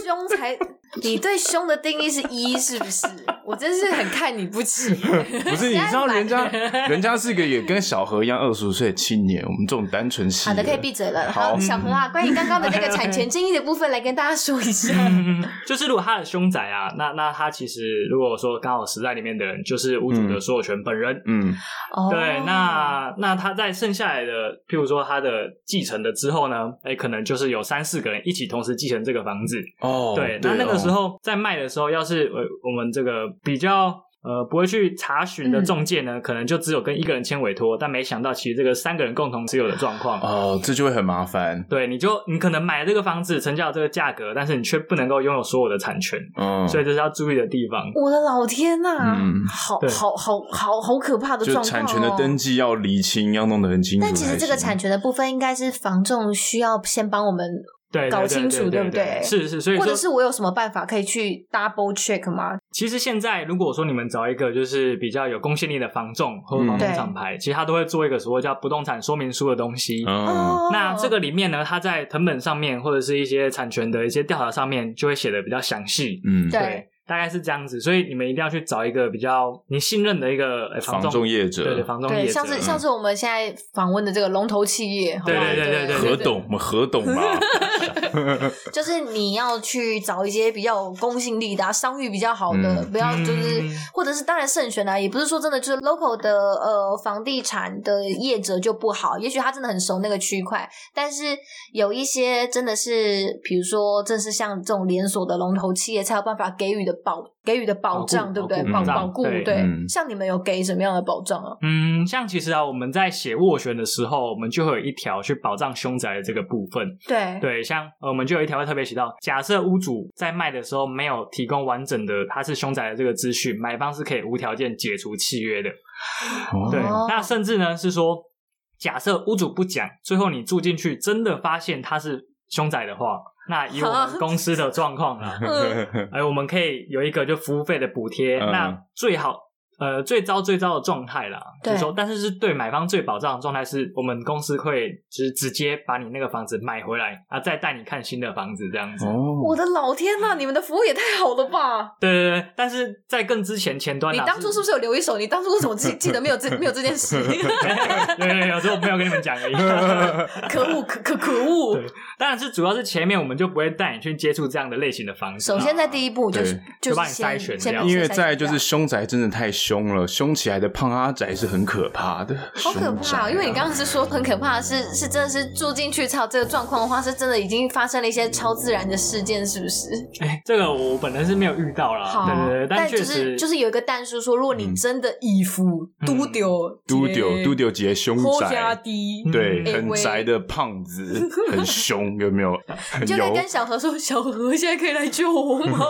S4: 凶才？你对凶的定义是一，是不是？我真是很看你不 *laughs*
S3: *laughs*
S4: 起。
S3: 不是，你知道人家，人家是个也跟小何一样二十五岁的青年，我们这种单纯系
S4: 好的，
S3: 的
S4: 可以闭嘴了。
S3: 好
S4: 好，小何啊，关于刚刚的那个产权争议的部分，来跟大家说一下。
S1: 嗯，就是如果他的凶宅啊，那那他其实如果说刚好死在里面的人就是屋主的所有权本人，
S3: 嗯，
S4: 哦
S1: 对，那那他在剩下来的，譬如说他的继承了之后呢，哎，可能就是有三四个人一起同时继承这个房子。
S3: 哦，
S1: 对，那那
S3: 哦
S1: 个时候在卖的时候，要是呃我们这个比较呃不会去查询的中介呢，可能就只有跟一个人签委托，但没想到其实这个三个人共同持有的状况。
S3: 哦，这就会很麻烦。
S1: 对，你就你可能买了这个房子，成交了这个价格，但是你却不能够拥有所有的产权，
S3: 嗯，
S1: 所以这是要注意的地方。
S4: 我的老天呐、
S3: 嗯
S4: 好
S1: 对
S4: 好好好好可怕的状
S3: 就
S4: 况、
S3: 产
S4: 哦！
S3: 权的登记要厘清，要弄得很清楚才
S4: 但
S3: 行。
S4: 其实这个产权的部分，应该是房仲需要先帮我们，
S1: 对，对
S4: 搞
S1: 对
S4: 清楚
S1: 对
S4: 对不对
S1: 是是，所以
S4: 或者
S1: 说
S4: 是我有什么办法可以去 double check 吗？
S1: 其实现在，如果说你们找一个就是比较有公信力的房仲或者房
S4: 嗯
S1: 东厂牌，其实他都会做一个所谓叫不动产说明书的东西。
S3: 嗯，
S4: 哦，
S1: 那这个里面呢，它在成本上面或者是一些产权的一些调查上面，就会写的比较详细。
S3: 嗯，
S4: 对
S1: 大概是这样子，所以你们一定要去找一个比较你信任的一个呃
S3: 房
S1: 仲
S3: 仲业者
S1: 对对房仲业
S4: 对，
S1: 者，
S4: 像是
S1: 嗯
S4: 像是我们现在访问的这个龙头企业，好不好
S1: 对对对对对
S3: 何董，我们何董吧。
S4: 就是你要去找一些比较有公信力的、啊、商誉比较好的，
S3: 嗯
S4: 不要就是。
S1: 嗯
S4: 或者是当然慎选啊，也不是说真的就是 local 的呃房地产的业者就不好，也许他真的很熟那个区块，但是有一些真的是，比如说正是像这种连锁的龙头企业才有办法给予的保给予的保障，
S1: 保
S4: 对
S1: 护
S4: 不
S1: 保
S4: 对？保
S1: 护
S4: 保固
S1: 对
S4: 对
S3: 嗯，
S4: 像你们有给什么样的保障啊？
S1: 嗯，像其实啊，我们在写斡旋的时候，我们就会有一条去保障凶宅的这个部分。
S4: 对 *laughs*
S1: 对，像呃，我们就有一条会特别写到，假设屋主在卖的时候没有提供完整的他是凶宅的这个资讯，买方是可以无条件解除契约的。 *laughs* 对，
S4: 哦
S1: 那甚至呢是说，假设屋主不讲，最后你住进去真的发现他是凶宅的话，那以我
S4: *laughs*
S1: 们公司的状况啊，
S4: 呃
S3: 嗯
S1: 哎，我们可以有一个就服务费的补贴，
S3: 嗯
S1: 那最好。呃，最糟最糟的状态啦，就
S4: 对
S1: 是说，但是是对买方最保障的状态，是我们公司会就是直接把你那个房子买回来啊，再带你看新的房子这样子。
S3: *laughs* 哦
S4: 我，的老天呐、你们的服务也太好了吧！
S1: 对对对，但是在更之前前端啊，
S4: 你当初是不是有留一手？你当初为什么记记得没有这没有这件事？
S1: 有有
S4: *laughs*
S1: 有，这 *laughs* 我没有跟你们讲而已。
S3: *laughs*
S4: 可恶，可可可恶！
S1: 对当然是主要是前面我们就不会带你去接触这样的类型的房子
S4: 首
S1: 啦。
S4: 先，在第一步啊就是
S3: 对
S4: 就
S1: 就把
S4: 是
S1: 你
S4: 先
S1: 筛选
S4: 先
S1: 掉
S4: 把
S3: 因为
S4: 筛选
S3: 再就是
S4: 掉
S3: 凶宅真的太凶了，凶起来的胖阿宅是很可怕的，
S4: 好可
S3: 凶宅
S4: 怕、
S3: 啊
S4: 哦！因为你刚刚是说很可怕的是，是真的是住进去才有这个状况的话，是真的已经发生了一些超自然的事件，是不是？
S1: 哎，这个我本人是没有遇到啦。
S4: 好，
S1: 对对对，
S4: 但
S1: 确
S4: 就是
S1: 实
S4: 就是有一个蛋叔说，如果
S3: 嗯
S4: 你真的以夫
S1: 嗯
S4: 都丢
S3: 都丢都丢节凶
S4: 抠家
S3: 宅，
S4: 低，
S3: 对，
S1: 嗯
S3: 很
S4: 喂
S3: 宅的胖
S4: *laughs*
S3: 子，很凶，有没有？很
S4: 你就可以
S3: 油。 *laughs*
S4: 跟小何说，小何现在可以来救我吗？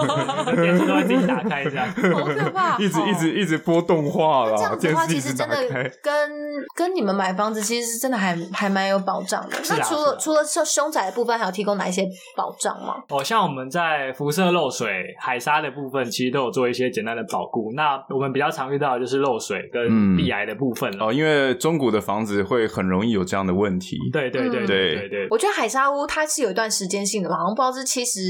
S1: *laughs* 电视都会自己打开这样。
S4: 好可怕！
S3: 一直
S4: 哦
S3: 一直一直播动画
S4: 这
S3: 啦，
S4: 样子的
S3: 电
S4: 话，
S3: 视
S4: 其
S3: 一
S4: 实
S3: 直
S4: 真
S3: 打
S4: 的
S3: 开。
S4: 跟跟你们买房子，其实是真的还还蛮有保障的。
S1: 是啊
S4: 那除
S1: 是
S4: 了
S1: 啊
S4: 除了凶凶宅的部分，还有提供哪一些保障吗？
S1: 哦，像我们在辐射漏水、海沙的部分，其实都有做一些简单的保护。那我们比较常遇到的就是漏水
S3: 嗯
S1: 跟壁癌的部分了。
S3: 哦，因为中古的房子会很容易有这样的问题。哦
S1: 对对对
S4: 嗯
S1: 对对对
S4: 我觉得海沙屋它是有一段时间性的嘛，好像不知道是七十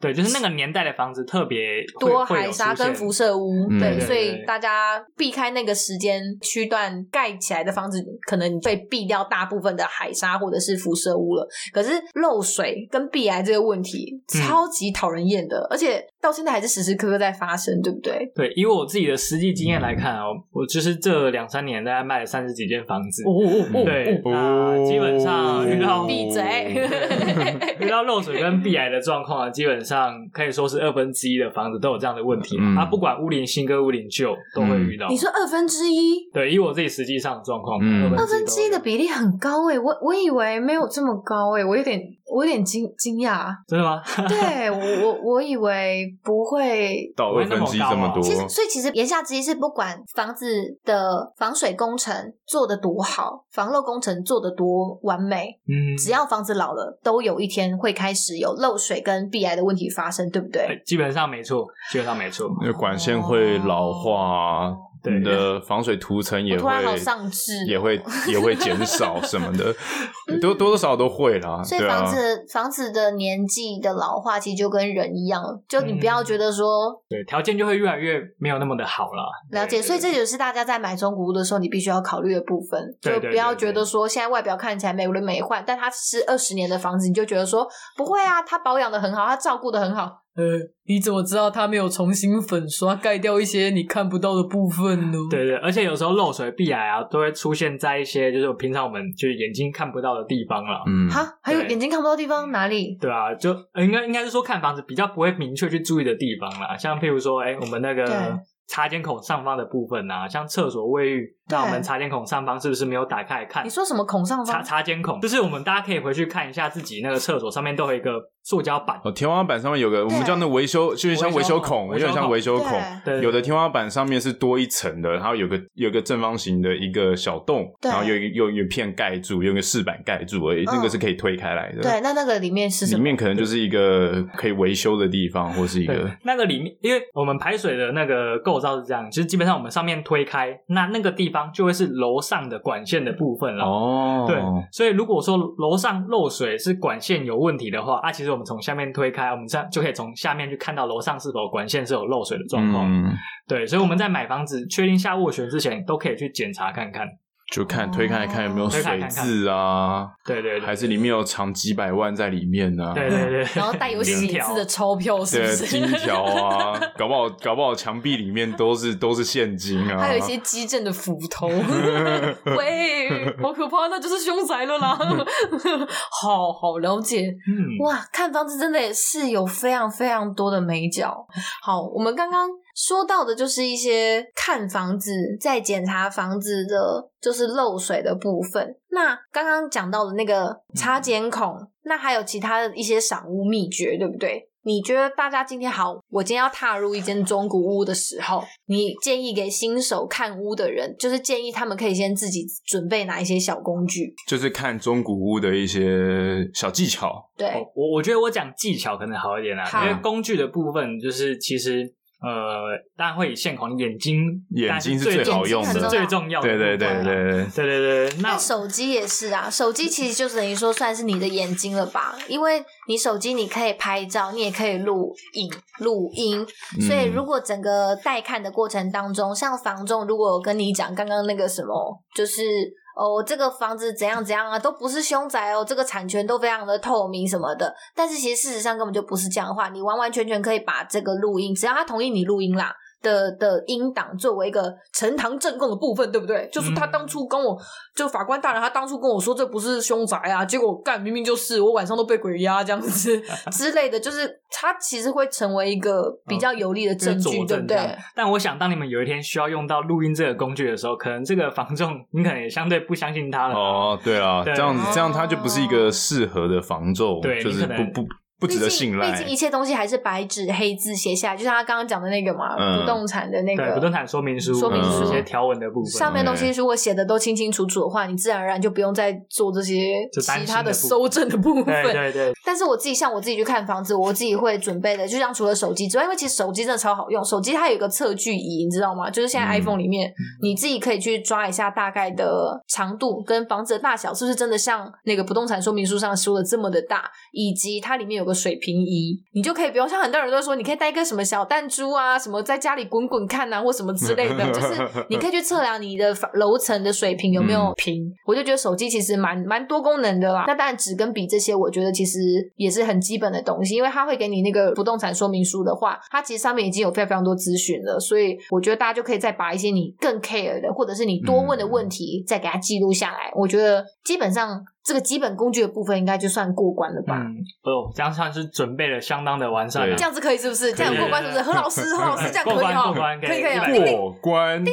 S1: 对，就是那个年代的房子特别会
S4: 多
S1: 会有
S4: 海沙
S1: 出
S4: 跟
S1: 现
S4: 辐射屋，
S3: 嗯
S4: 对，
S1: 对对
S4: 所以
S1: 对
S4: 大家避开那个时间区段盖起来的房子，可能会避掉大部分的海沙或者是辐射屋了。可是漏水跟避癌这个问题，
S1: 嗯
S4: 超级讨人厌的，而且到现在还是时时刻刻在发生，对不对？
S1: 对，以我自己的实际经验来看啊、我就是这两三年大概卖了三十几间房子，
S4: 哦
S3: 哦
S1: 对，
S3: 哦
S1: 那基本上遇到
S4: 闭嘴！
S1: *laughs* 遇到漏水跟壁癌的状况啊，基本上可以说是二分之一的房子都有这样的问题。
S3: 嗯
S1: 啊，不管屋龄新跟屋龄旧都会
S4: *laughs*
S1: 遇到。
S4: 你说二分之一，
S1: 对，以我自己实际上的状况，
S3: 嗯
S1: 2
S4: 二分之一
S1: 都
S4: 的
S1: 有
S4: 比例很高诶、我我以为没有这么高欸诶、我有点我有点惊惊讶。啊
S1: 真的吗？
S3: *laughs*
S4: 对我我我以为不会。
S3: *laughs* 到二分之一这么多，
S4: 其
S1: 啊
S4: 实，所以其实言下之意是，不管房子的防水工程做得多好，防漏工程做得多完美，
S1: 嗯，
S4: 只要房子老了，都有一天会开始有漏水跟壁癌的问题发生，对不对？
S1: 哎基本上没错，基本上没错。
S3: 那管线会老化，
S1: 对
S3: 你的防水涂层也
S4: 我突然好
S3: 会
S4: 丧志，
S3: 也
S4: *laughs*
S3: 会也会减少什么的，多多多少少都会啦，
S4: 所以
S3: 对啊
S4: 房。子、房子的年纪的老化，其实就跟人一样，就你不
S3: 嗯
S4: 要觉得说、
S1: 对，条件就会越来越没有那么的好了。
S4: 了解，
S1: 对
S4: 所以这就是大家在买中古屋的时候，你必须要考虑的部分，
S1: 对
S4: 就
S1: 对
S4: 不要
S1: 对
S4: 觉得
S1: 对
S4: 说现在外表看起来美轮美奂，但它是二十年的房子，你就觉得说不会啊，它保养的很好，它照顾的很好。
S2: 呃，你怎么知道他没有重新粉刷，盖掉一些你看不到的部分呢？
S1: 对对，而且有时候漏水、壁癌啊，都会出现在一些就是平常我们就是眼睛看不到的地方啦。
S3: 嗯，
S4: 哈、还有
S1: 对
S4: 眼睛看不到的地方哪里？
S1: 对啊，就呃应该应该是说看房子比较不会明确去注意的地方啦，像譬如说，哎、我们那
S4: 对
S1: 个插间孔上方的部分啊，像厕所、卫浴，
S4: 对
S1: 那我们插间孔上方是不是没有打开来看
S4: 你？说什么孔上
S1: 插
S4: 方？
S1: 插间孔就是我们大家可以回去看一下自己那个厕所上面都有一个塑胶板，
S3: 哦，天花板上面有个我们叫那维修，就是像维修孔，有
S1: 维修孔
S3: 点像维修孔。
S1: 对，
S3: 有的天花板上面是多一层的，然后有个有个正方形的一个小洞，
S4: 对
S3: 然后有一有有一片盖住，有一个饰板盖住而已，
S4: 嗯
S3: 那个是可以推开来的。
S4: 对，，那那个里面是什
S3: 里
S4: 么？
S3: 面可能就是一个可以维修的地方，或是一
S1: 对
S3: 个，
S1: 那个里面，因为我们排水的那个构造是这样，就是基本上我们上面推开，那那个地方就会是楼上的管线的部分了。
S3: 哦
S1: 对，所以如果说楼上漏水是管线有问题的话，啊，其实我们从下面推开，我们这样就可以从下面去看到楼上是否管线是有漏水的状况。
S3: 嗯，
S1: 对，所以我们在买房子确定下斡旋之前，都可以去检查看看。
S3: 就看推开来看有没有
S1: 哦推开
S3: 水
S1: 看看
S3: 渍啊，
S1: 对对对，
S3: 还是里面有藏几百万在里面呢、
S1: 对对对，
S4: 然后带
S1: *laughs*
S4: 有
S1: 金
S4: 写
S1: 条
S4: 字的
S2: 的钞票是不
S3: 对，
S2: 是？
S3: 金条啊，搞不好搞不好墙壁里面都是都是现金啊，
S4: *laughs* 还有一些基正的斧
S1: *laughs*
S4: 头。
S2: 喂，好可怕，那就是凶宅了
S4: *laughs*
S2: 啦！好好了解，
S1: 嗯，
S4: 哇，看房子真的也是有非常非常多的美角。好，我们刚刚说到的就是一些看房子、在检查房子的，就是漏水的部分。那刚刚讲到的那个插检孔，那还有其他的一些赏屋秘诀，对不对？你觉得大家今天好，我今天要踏入一间中古屋的时候，你建议给新手看屋的人，就是建议他们可以先自己准备哪一些小工具？
S3: 就是看中古屋的一些小技巧。
S4: 对，
S1: 哦我我觉得我讲技巧可能好一点啦，
S4: 好
S1: 因为工具的部分就是其实呃，当然会以线孔眼睛
S3: 眼
S1: 当然
S3: 睛是
S1: 最
S3: 最
S1: 重
S3: 好用
S1: 是
S4: 的
S1: 最重要的
S3: 对
S1: 部
S3: 对
S1: 分啦，
S3: 对对对，
S1: 对对对，那
S4: 那手机也是啊，手机其实就等于说算是你的眼睛了吧，因为你手机你可以拍照，你也可以录影、录音，
S3: 嗯
S4: *laughs* 所以如果整个带看的过程当中，像房仲如果有跟你讲刚刚那个什么，就是。哦，这个房子怎样怎样啊，都不是凶宅哦，这个产权都非常的透明什么的。但是其实事实上根本就不是这样的话，你完完全全可以把这个录音，只要他同意你录音啦，的的音档作为一个呈堂证供的部分，对不对？就是他当初跟我，就法官大人，他当初跟我说这不是凶宅啊，结果干明明就是，我晚上都被鬼压这样子之类的，就是他其实会成为一个比较有力的
S1: 就是
S4: 证据，
S1: 佐
S4: 对不
S1: 证这样
S4: 对？
S1: 但我想，当你们有一天需要用到录音这个工具的时候，可能这个房仲你可能也相对不相信他了。
S3: 哦，对啊，
S1: 对
S3: 这样子
S4: 哦
S3: 这样它就不是一个适合的防皱，
S1: 对
S3: 就
S1: 你
S3: 是
S1: 可能
S3: 不不不
S4: 毕
S3: 值
S4: 竟
S3: 得信
S4: 毕
S3: 赖
S4: 竟。一切东西还是白纸黑字写下来，就像他刚刚讲的那个嘛，
S3: 嗯
S4: 不动产的那
S1: 对，
S4: 个
S1: 不动产说明书、
S4: 说
S3: 明书
S1: 一些条文的部分，
S4: 上面东西如果写的都清清楚楚的话，你自然而然就不用再做这些
S1: 就担
S4: 其
S1: 心
S4: 他
S1: 的
S4: 的
S1: 部分
S4: 搜证的部
S1: 对
S4: 分。
S1: 对对，
S4: 但是我自己像我自己去看房子，我自己会准备的，就像除了手机之外，因为其实手机真的超好用，手机它有一个测距仪，你知道吗？就是现在
S3: 嗯
S4: iPhone 里面，你自己可以去抓一下大概的长度跟房子的大小是不是真的像那个不动产说明书上说的这么的大，以及它里面有个个水平仪，你就可以不用像很多人都说，你可以带一个什么小弹珠啊，什么在家里滚滚看啊，或什么之类的，就是你可以去测量你的楼层的水平有没有平。我就觉得手机其实蛮蛮多功能的啦。那当然纸跟笔这些，我觉得其实也是很基本的东西，因为它会给你那个不动产说明书的话，它其实上面已经有非常非常多资讯了，所以我觉得大家就可以再把一些你更 care 的，或者是你多问的问题，再给它记录下来。我觉得基本上。这个基本工具的部分应该就算过关了吧？
S1: 嗯，哦，这样算是准备的相当的完善了
S3: 对
S4: 这。样子可以是不是？这样过关是不是？何老师，何老师这样可
S1: 过
S4: 以
S1: 关
S4: 哦，
S1: 过关
S4: 可以可以
S1: 100
S4: 哦。
S1: 分
S3: 过关，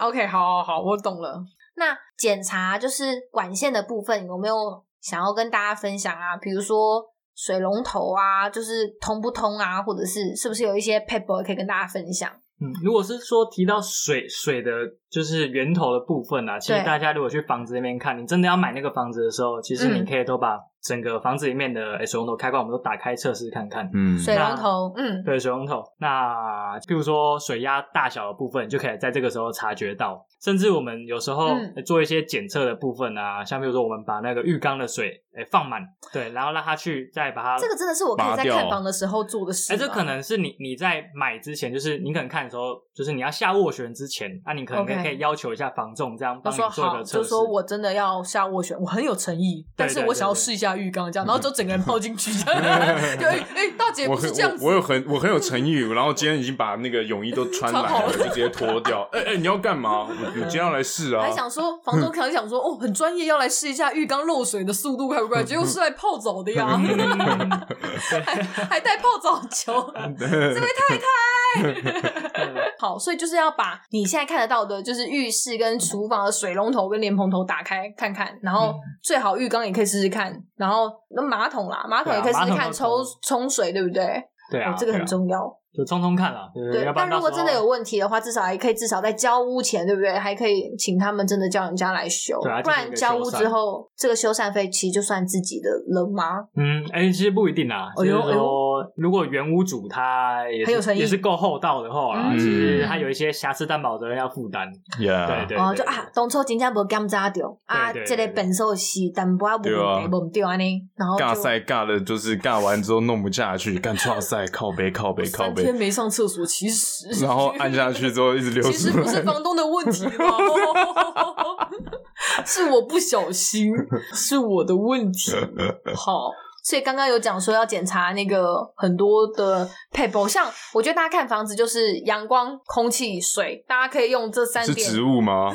S2: OK，好好好，我懂了。
S4: 那检查就是管线的部分，有没有想要跟大家分享啊？比如说水龙头啊，就是通不通啊，或者是是不是有一些 paper 可以跟大家分享？
S1: 嗯，如果是说提到水水的，就是源头的部分啊，其实
S4: 对
S1: 大家如果去房子那边看，你真的要买那个房子的时候，其实
S4: 嗯
S1: 你可以都把整个房子里面的诶水龙头开关，我们都打开测试看看。
S3: 嗯，
S4: 水龙头，嗯，
S1: 对水龙头，那譬如说水压大小的部分，就可以在这个时候察觉到。甚至我们有时候
S4: 嗯
S1: 呃做一些检测的部分啊，像比如说我们把那个浴缸的水诶放满，对，然后让它去再把它
S4: 这个真的是我可以在
S3: 拔掉
S4: 看房的时候做的事
S1: 哎、
S4: 吗。
S1: 这可能是你你在买之前，就是你可能看的时候，就是你要下斡旋之前，啊那、你可能可以
S4: OK
S1: 可以要求一下房仲这样
S2: 他
S1: 帮你
S2: 说
S1: 做一
S2: 好，
S1: 个测
S2: 就
S1: 试。
S2: 说我真的要下斡旋，我很有诚意，但是
S1: 对
S2: 我
S1: 对
S2: 想要
S1: 对
S2: 试一下浴缸这样，然后就整个人泡
S1: *laughs*
S2: 进去，这样就哎哎，大姐
S3: 我
S2: 不
S3: 很
S2: 是这样
S3: 我我
S2: 子，
S3: 有很我很有诚意，然后今天已经把那个泳衣都穿
S2: 穿好
S3: 来
S2: 了
S3: 了，就直接脱掉。哎哎，你要干嘛？我我今天要来试啊
S2: 还。
S3: *laughs*
S2: 想说房东可能想说哦，很专业，要来试一下浴缸漏水的速度快不
S3: *laughs*
S2: 快，结果是来泡澡的呀，
S1: 嗯 *laughs*
S2: 还还带泡澡球，这位太太。
S4: 好，所以就是要把你现在看得到的，就是浴室跟厨房的水龙头跟莲蓬头打开看看，然后
S1: 嗯
S4: 最好浴缸也可以试试看，然后那马桶啦，马桶也可以试试
S1: 对啊马
S4: 看
S1: 桶
S4: 冲
S1: 都
S4: 冲水，对不对？
S1: 对啊，
S4: 哦，这个
S1: 对
S4: 很
S1: 啊
S4: 重要。
S1: 就冲冲看啦，对不对？啊
S4: 对
S1: 要，不
S4: 但
S1: 然
S4: 如
S1: 到
S4: 果
S1: 时
S4: 真的
S1: 候
S4: 有问题的话，至少还可以至少在交屋前，对不对？还可以请他们真的叫人家来修，
S1: 对啊
S4: 不然
S1: 就是一个
S4: 交屋
S1: 修缮
S4: 之后，这个修缮费其实就算自己的了吗？
S1: 嗯，哎、其实不一定啊。
S4: 哎
S1: 就
S4: 呦
S1: 是
S4: 哎
S1: 说，如果原屋主他也
S4: 很有
S1: 是
S4: 诚意
S1: 也是够厚道的话啊，
S3: 嗯
S1: 其实他有一些瑕疵担保责任要负担。对
S3: Yeah，
S1: 对
S4: 哦，
S1: 对
S4: 就啊，当初真正无检查到啊，
S1: 对对
S4: 这个
S1: 对
S4: 本手是淡薄仔
S3: 对
S4: 无
S3: 啊
S4: 问题，无对安尼，然后就
S3: 尬赛尬的，就是尬完之后弄不下去，干创赛靠背靠背靠
S2: 三天
S3: 背，
S2: 没上厕所，其实 *laughs*
S3: 然后按下去之后一直流
S2: 其实
S3: 出
S2: 不是
S3: 来。
S2: 房东的问题吗？
S4: 哦
S3: *laughs*
S2: 是我不小心，是我的问题。
S4: 好，所以刚刚有讲说要检查那个很多的配包，像我觉得大家看房子就是阳光、空气、水，大家可以用这三
S3: 是
S4: 点。
S3: 植物
S4: *laughs*
S3: 吗？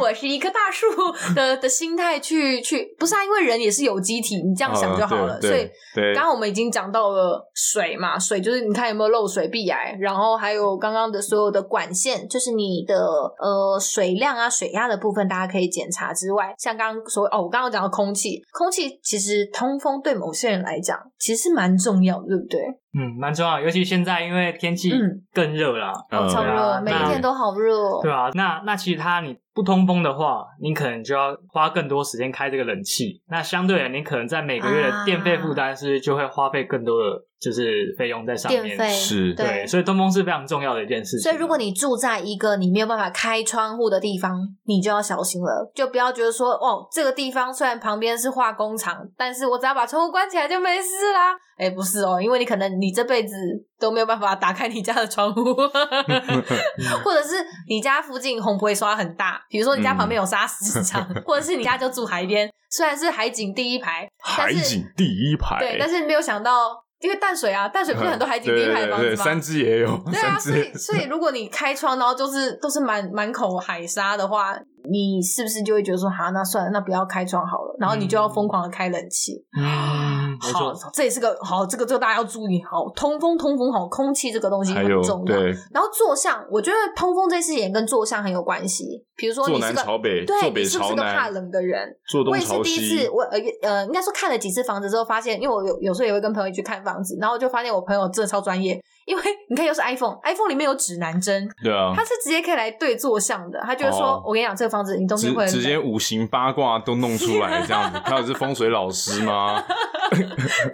S4: 我是一棵大树的的心态去去，不是啊，因为人也是有机体，你这样想就好了。
S3: 嗯对
S4: 所以
S3: 对，
S4: 刚刚我们已经讲到了水嘛，水就是你看有没有漏水壁癌，然后还有刚刚的所有的管线，就是你的呃水量啊、水压的部分，大家可以检查之外，像刚刚所哦，我刚刚有讲到空气，空气其实通风对某些人来讲其实蛮重要的，对不对？
S1: 嗯，蛮重要，尤其现在因为天气
S4: 嗯
S1: 更热啦。
S4: 哦，
S3: 嗯
S4: 超
S1: 对
S4: 热
S1: 啊，
S4: 每一
S1: 那
S4: 天都好热哦。
S1: 对啊，那那其实它你不通风的话，你可能就要花更多时间开这个冷气。那相对的，你可能在每个
S4: 啊
S1: 月的电费负担是不是就会花费更多的就是费用在上面。
S4: 电费
S3: 是
S1: 对
S4: 对
S1: 所以通风是非常重要的一件事情。
S4: 所以，如果你住在一个你没有办法开窗户的地方，你就要小心了，就不要觉得说，哦，这个地方虽然旁边是化工厂，但是我只要把窗户关起来就没事啦。哎，不是哦，因为你可能你这辈子都没有办法打开你家的
S3: *laughs*
S4: 窗户，或者是你家附近红灰刷很大，比如说你家
S3: 嗯
S4: 旁边有沙石
S3: *laughs*
S4: 场，或者是你家就住海边，虽然是海景第一排，但
S3: 海
S4: 是
S3: 景第一排，
S4: 对，
S3: *laughs*
S4: 但是没有想到，因为淡水啊，淡水不是很多海景第一排的房子
S3: 对对对
S4: 吗？
S3: 三只也有，
S4: 对啊，
S3: 三
S4: 所以
S3: 只
S4: 所以如果你开窗，然后就是都是满满口海沙的话，你是不是就会觉得说，好，那算了，那不要开窗好了，然后你就要疯狂的开冷气。
S1: 嗯，没
S4: 好
S1: 错，，
S4: 这也是个好，这个这个大家要注意，好，通风通风好，空气这个东西
S3: 还
S4: 很
S3: 有
S4: 重要。
S3: 对，
S4: 然后坐向，我觉得通风这事也跟坐向很有关系。比如说
S3: 坐
S4: 你是
S3: 南
S4: 个
S3: 朝北，
S4: 对
S3: 坐
S4: 你
S3: 北
S4: 是不是
S3: 朝
S4: 个怕
S3: 南，
S4: 冷的人，
S3: 坐
S4: 我
S3: 东
S4: 也是
S3: 朝
S4: 第一次，
S3: 西。
S4: 我呃呃，应该说看了几次房子之后，发现，因为我有有时候也会跟朋友一起去看房子，然后我就发现我朋友真的超专业，因为你看又是 iPhone，iPhone 里面有指南针，
S3: 对
S1: 嗯
S3: 啊
S4: 它，是直接可以来对坐向的，它就会说，
S3: 哦
S4: 我跟你讲，这个房子你冬
S3: 直
S4: 天会
S3: 直
S4: 冷
S1: *laughs*
S3: 接五行八卦都弄出来这
S4: *laughs*
S3: 样子，他有是风水老师吗？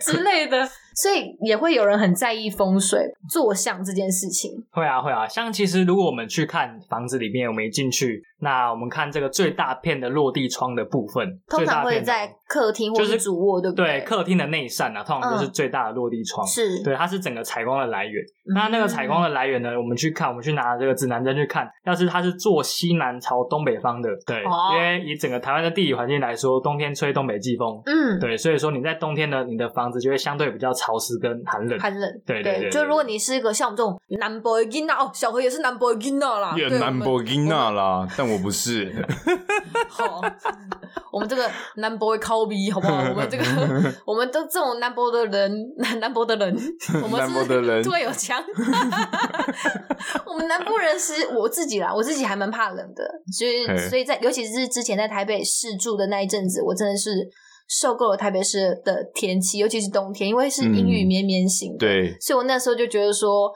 S4: 之类的，所以也会有人很在意风水坐向这件事情。
S1: 会啊会啊。像其实如果我们去看房子里面，我们一进去，那我们看这个最大片的落地窗的部分，
S4: 通
S1: 最大
S4: 常会
S1: 片的
S4: 在客厅或
S1: 就是是
S4: 主卧，对不
S1: 对？客厅的内扇啊，通常都是
S4: 嗯
S1: 最大的落地窗。
S4: 是，嗯
S1: 对，它是整个采光的来源。那那个采光的来源呢？我们去看，我们去拿这个指南针去看。要是它是坐西南朝东北方的，对，
S4: 哦
S1: 因为以整个台湾的地理环境来说，冬天吹东北季风，
S4: 嗯，
S1: 对，所以说你在冬天呢，你的房子就会相对比较潮湿跟寒冷。
S4: 寒冷。
S1: 对对对，
S4: 就
S1: 对
S4: 如果你是一个像我们这种
S2: 南博的囡仔哦，小何也是南博的囡仔
S4: 啊
S2: 啦，
S3: 也
S2: 对
S3: 南博金娜啦，但我不是。
S2: 我们好，
S4: *laughs*
S2: 我们这个南博的 o 逼好不好？
S3: *laughs*
S2: 我们这个我们都这种南博的人，南南博的人，我们
S3: 南博
S2: 是
S3: 的人
S2: 对有枪，
S4: *laughs* 我们南部人是我自己啦，我自己还蛮怕冷的，所
S3: 嘿
S4: 以所以在尤其是之前在台北市住的那一阵子，我真的是受够了台北市的天气，尤其是冬天，因为是阴雨
S3: 嗯
S4: 绵绵型的，
S3: 对，
S4: 所以我那时候就觉得说。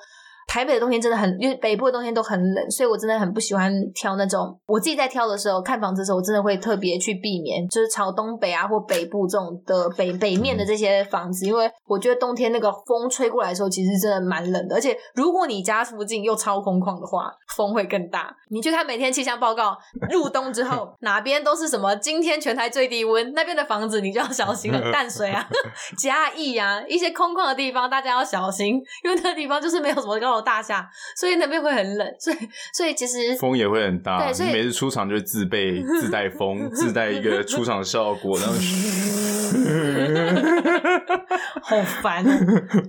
S4: 台北的冬天真的很，因为北部的冬天都很冷，所以我真的很不喜欢挑那种。我自己在挑的时候，看房子的时候，我真的会特别去避免，就是朝东北啊或北部这种的北北面的这些房子，因为我觉得冬天那个风吹过来的时候，其实真的蛮冷的。而且如果你家附近又超空旷的话，风会更大。你去看每天气象报告，入冬之后哪边都是什么今天全台最低温，那边的房子你就要小心了。淡水啊，嘉义啊，一些空旷的地方，大家要小心，因为那地方就是没有什么高楼大厦，所以那边会很冷。所以，所以其实
S1: *laughs*
S3: 风也会很大，
S4: 对所以
S3: 你每次出场就自备自带
S4: *laughs*
S3: 风，自带一个出场效果，然后 *laughs*
S4: 好
S1: *laughs*
S4: 烦、哦，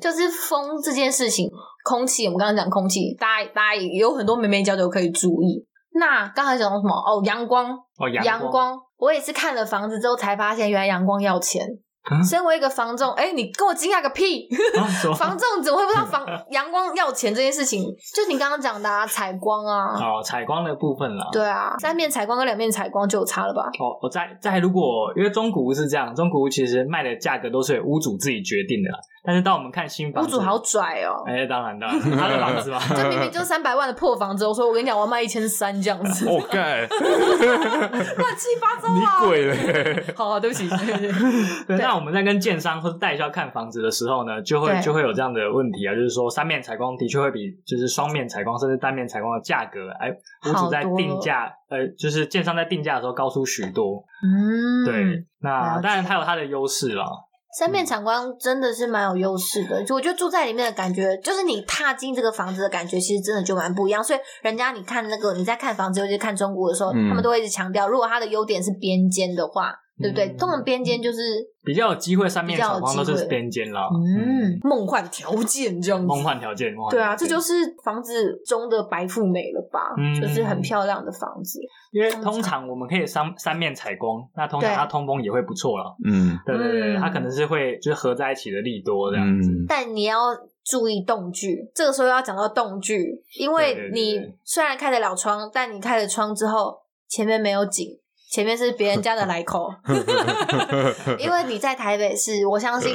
S4: 就是风这件事情，空气我们刚刚讲空气，大家大家也有很多眉眉角角可以注意。那刚才讲到什么？哦，阳光，
S1: 哦阳
S4: 阳光，我也是看了房子之后才发现，原来阳光要钱。
S1: 啊
S4: 身为一个房仲，哎、你跟我惊讶个屁！
S1: *laughs* 啊什么
S4: 房仲怎么会不知道
S1: *laughs*
S4: 房阳光要钱这件事情？就你刚刚讲的啊，采光
S1: *laughs*
S4: 啊，
S1: 哦采光的部分啦。
S4: 对啊，三面采光跟两面采光就有差了吧？
S1: 哦，我再再如果因为中古屋是这样，中古屋其实卖的价格都是由屋主自己决定的啦。但是当我们看新房
S4: 屋
S1: 子，
S4: 主好拽哦、
S1: 哎、当然当然，他的房子嘛，
S4: 这明明就三百万的破房子，哦我说我跟你讲，我要卖一千三这
S1: *laughs*
S4: 样子，
S3: 我哦干，
S4: 乱七八糟
S3: 你
S4: 啊！
S3: 鬼嘞！
S4: 好、啊，对不起，对不起
S1: 对，那我们在跟建商或者代销看房子的时候呢，就会
S4: 对
S1: 就会有这样的问题啊，就是说三面采光的确会比就是双面采光甚至单面采光的价格，哎，屋
S4: 好
S1: 主在
S4: 多
S1: 定价，呃，就是建商在定价的时候高出许多。
S4: 嗯，
S1: 对，，
S4: 了
S1: 那
S4: 解
S1: 当然它有它的优势啦。
S4: 三面采光真的是蛮有优势的，就我觉得住在里面的感觉，就是你踏进这个房子的感觉，其实真的就蛮不一样。所以人家你看那个你在看房子，尤其是看中国的时候，
S3: 嗯
S4: 他们都会一直强调，如果它的优点是边间的话，对不对？
S1: 嗯
S4: 通常边间就是
S1: 比较有机会三面
S4: 比较有
S1: 采光都
S4: 机会
S1: 是边间啦，
S4: 嗯，
S2: 梦幻条件这样子
S1: 梦。幻条件，梦幻
S4: 对啊，
S1: 条
S4: 这
S1: 件
S4: 就是房子中的白富美了吧？
S1: 嗯
S4: 就是很漂亮的房子，
S1: 因为通常我们可以三三面采光，那通常
S4: 对
S1: 它通风也会不错啦。
S3: 嗯
S1: 对对对，
S4: 嗯
S1: 它可能是会就是合在一起的利多这样。
S3: 嗯，
S4: 但你要注意动距。这个时候要讲到动距，因
S1: 对
S4: 为
S1: 对对
S4: 你
S1: 对
S4: 虽然开得了窗，但你开了窗之后，前面没有景，前面是别人家的
S1: *laughs*
S4: 来口。因为你在台北市，我相信，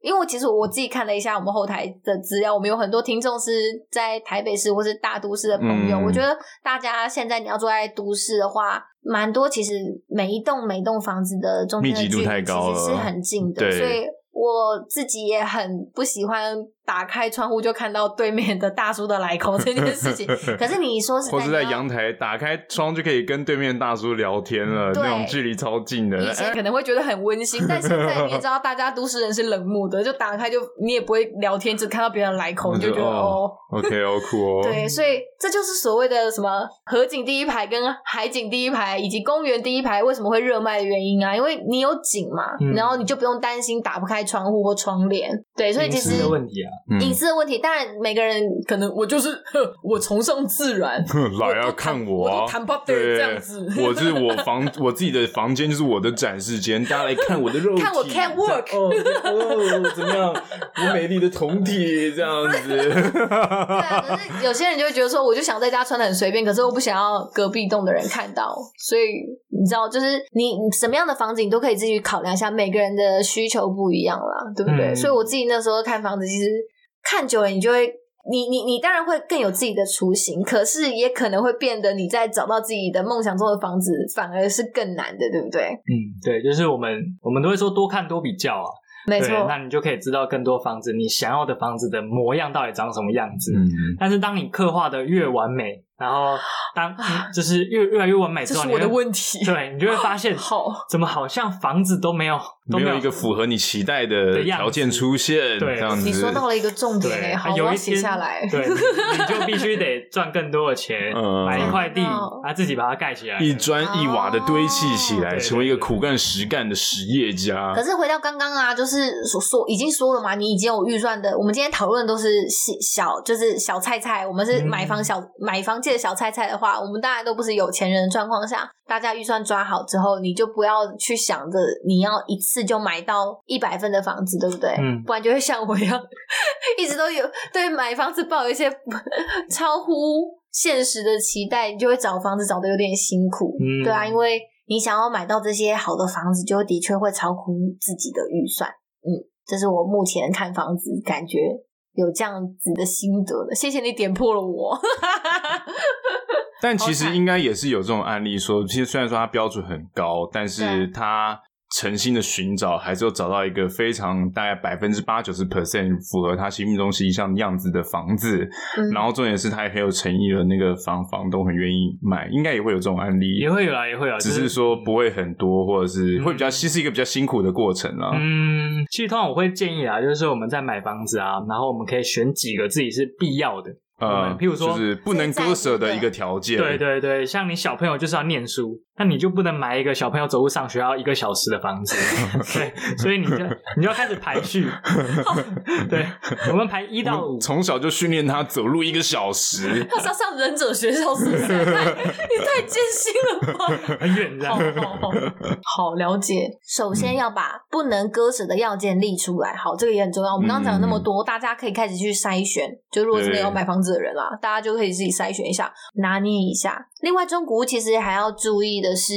S4: 因为我其实我自己看了一下我们后台的资料，我们有很多听众是在台北市或是大都市的朋友。
S3: 嗯
S4: 我觉得大家现在你要住在都市的话，蛮多其实每一栋每栋房子的中间的
S3: 密集度
S4: 距离
S3: 太高
S4: 其实是
S3: 了
S4: 很近的，
S3: 对
S4: 所以。我自己也很不喜欢打开窗户就看到对面的大叔的来口这件事情。可是你说是
S3: 或是在
S4: 你要
S3: 阳台打开窗就可以跟对面大叔聊天了，
S4: 对
S3: 那种距离超近的
S4: 以。前可能会觉得很温馨，但现在你也知道，大家都市人是冷漠的，就打开就你也不会聊天，只看到别人来口，你就觉得哦。
S3: ，OK，好酷哦。
S4: 对，所以这就是所谓的什么河景第一排、跟海景第一排，以及公园第一排为什么会热卖的原因啊？因为你有景嘛，
S1: 嗯
S4: 然后你就不用担心打不开窗户或窗帘。对，所以
S1: 隐
S4: 其
S1: 私
S4: 实
S1: 的问题啊，
S3: 嗯
S4: 隐私的问题，当然每个
S1: *laughs*
S4: 人
S2: 可能我就是呵我崇尚自然，
S3: 来啊，
S2: 都
S3: 看
S2: 谈
S3: 我
S2: 我
S3: 啊
S2: 都谈不到！
S3: 对
S2: 这样子
S3: 我就是我房，我自己的房间就是我的展示间，大家来看我的肉体，
S4: 看我 can work
S3: 这样哦哦，怎么
S4: *laughs*
S3: 样？我美丽的酮体这样子，
S4: 对啊，可是有些人就会觉得说，我就想在家穿的很随便，可是我不想要隔壁栋的人看到，所以你知道，就是你你什么样的房子，你都可以自己考量一下，每个人的需求不一样啦，对不对？
S1: 嗯
S4: 所以我自己那时候看房子，其实看久了，你就会。你你你当然会更有自己的雏形，可是也可能会变得你在找到自己的梦想中的房子，反而是更难的，对不对？
S1: 嗯，对，就是我们我们都会说多看多比较啊，
S4: 没
S1: 对，
S4: 错，
S1: 那你就可以知道更多房
S3: 嗯
S4: 嗯
S1: 子你想要的房子的模样到底长什么样子。但是当你刻画的越完美，然后当
S4: 啊
S1: 就是越越来越完美之
S2: 这
S1: 后，
S2: 是
S1: 你
S2: 我的
S1: 会
S2: 问题。
S1: 对，你就会发现，
S2: 好，，
S1: 怎么好像房子都没有都
S3: 没
S1: 有
S3: 有一个符合你期待的
S1: 的样子
S3: 条件出现，
S1: 对
S3: 这样子。
S4: 你说到了一个重点诶、
S1: 对，啊
S4: 好，我
S1: 有
S4: 要
S1: 一
S4: 写
S1: 天。
S4: 下来
S1: 对，你你就必须得赚更多的钱，
S3: 嗯
S1: 买一块地，
S4: 哦
S1: 啊，自己把它盖起来。
S3: 一砖一瓦的堆砌起
S1: 哦
S3: 来，
S1: 对
S3: 成为一个苦干实干的实业家
S4: 可。是回到刚刚啊，就是所说已经说了嘛，你已经有预算的。我们今天讨论都是细小，就是小菜菜。我们是
S1: 嗯
S4: 买房小、买房界的小菜菜的话，我们大家都不是有钱人的状况下，大家预算抓好之后，你就不要去想着你要一次就买到一百分的房子，对不对？
S1: 嗯
S4: 不然就会像我一样，一直都有对买房子抱有一些超乎现实的期待，你就会找房子找的有点辛苦。
S1: 嗯
S4: 对啊，因为你想要买到这些好的房子，就的确会超乎自己的预算。嗯，这是我目前看房子感觉有这样子的心得的。谢谢你点破了我。
S3: 但其实应该也是有这种案例说，其实虽然说它标准很高，但是
S4: 对
S3: 它诚心的寻找，还是有找到一个非常大概百分之八九十 percent 符合他心目中形象样子的房子。
S4: 嗯 *laughs*
S3: 然后重点是他也很有诚意的，那个房房东很愿意买，应该也会有这种案例，
S1: 也会有啊，也会有啊，
S3: 只
S1: 就是
S3: 说不会很多，或者是会比较，
S1: 嗯
S3: 其实是一个比较辛苦的过程啦。
S1: 嗯，其实通常我会建议啊，就是我们在买房子啊，然后我们可以选几个自己是必要的。
S3: 呃，
S1: 譬如说
S3: 就是不能割舍的一个条件，
S1: 对对对，像你小朋友就是要念书，那你就不能买一个小朋友走路上学要一个小时的房
S3: *laughs*
S1: 子。对，所以你就你就要开始排序。对，我们排一到
S3: 我
S1: 五
S3: 们。从小就训练他走路一个小时
S2: 要上上忍者学校是
S3: *laughs*
S2: 不是？太你太艰辛了吧？
S1: 很远这样
S3: 哦
S4: 哦
S1: 嗯
S2: 好好好，好了解。
S4: 首先要把不能割舍的要件列出来，好，这个也很重要。我们刚刚讲了那么
S1: 嗯
S4: 多，大家可以开始去筛选。就如果真的
S3: 对
S4: 有买房子的人啦，大家就可以自己筛选一下，拿捏一下。另外，中古屋其实还要注意的是，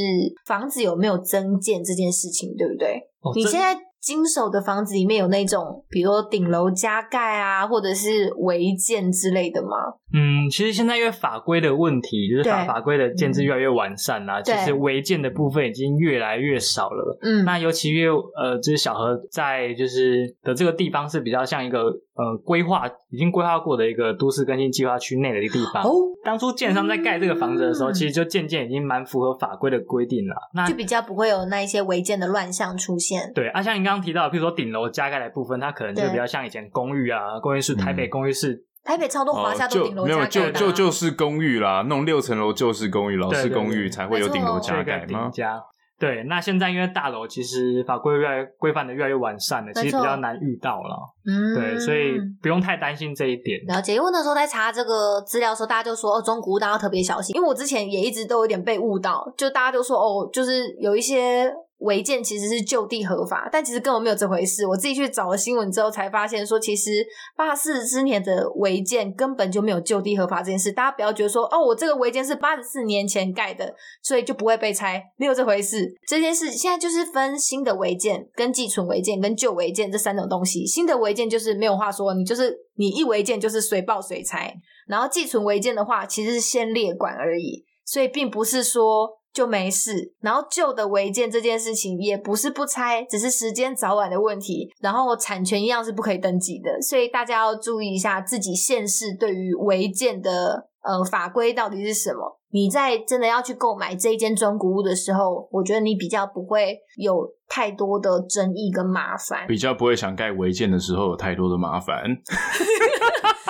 S4: 房子有没有增建这件事情，对不对？
S1: 哦
S4: 你
S1: 这
S4: 现在经手的房子里面有那种，比如说顶楼加盖啊，或者是违建之类的吗？
S1: 嗯，其实现在因为法规的问题，就是法
S4: 对嗯
S1: 法规的建制越来越完善啦、其
S4: 对
S1: 实违建的部分已经越来越少了。
S4: 嗯，
S1: 那尤其越呃，就是小何在就是的这个地方是比较像一个呃规划已经规划过的一个都市更新计划区内的一个地方。
S4: 哦，
S1: 当初建商在盖这个房子的时候，
S4: 嗯
S1: 其实就渐渐已经蛮符合法规的规定了。那
S4: 就比较不会有那一些违建的乱象出现。
S1: 对啊，像您刚刚提到的，譬如说顶楼加盖的部分，它可能就
S4: 对
S1: 比较像以前公寓啊，公寓是台北
S3: 嗯
S1: 公寓是，
S4: 台北超多华夏 *laughs* 都
S3: 哦就
S4: 顶楼
S3: 没
S4: 加
S3: 有
S4: 盖的啊、
S3: 就就就是公寓啦，那种六层楼就是公寓，老式
S1: 对对
S3: 公
S1: 对
S3: 寓才会有顶楼加
S1: 这个
S3: 盖吗
S1: 顶？加。对，那现在因为大楼其实法规越来规范的越来越完善了，
S4: 没错
S1: 其实比较难遇到了。
S4: 嗯，
S1: 对，所以不用太担心这一点。
S4: 了解，因为那时候在查这个资料的时候，大家就说哦，中古屋大家要特别小心，因为我之前也一直都有点被误导，就大家就说哦，就是有一些违建其实是就地合法，但其实根本没有这回事。我自己去找了新闻之后才发现说，其实八四之年的违建根本就没有就地合法这件事，大家不要觉得说哦，我这个违建是八十四年前盖的，所以就不会被拆，没有这回事。这件事现在就是分新的违建、跟寄存违建、跟旧违建这三种东西。新的违建就是没有话说，你就是你一违建就是随报随拆，然后寄存违建的话其实是先列管而已，所以并不是说。就没事，然后旧的违建这件事情也不是不拆，只是时间早晚的问题。然后产权一样是不可以登记的，所以大家要注意一下自己县市对于违建的呃法规到底是什么。你在真的要去购买这一间中古屋的时候，我觉得你比较不会有太多的争议跟麻烦。
S3: 比较不会想盖违建的时候有太多的麻烦，
S4: 对，
S3: *laughs*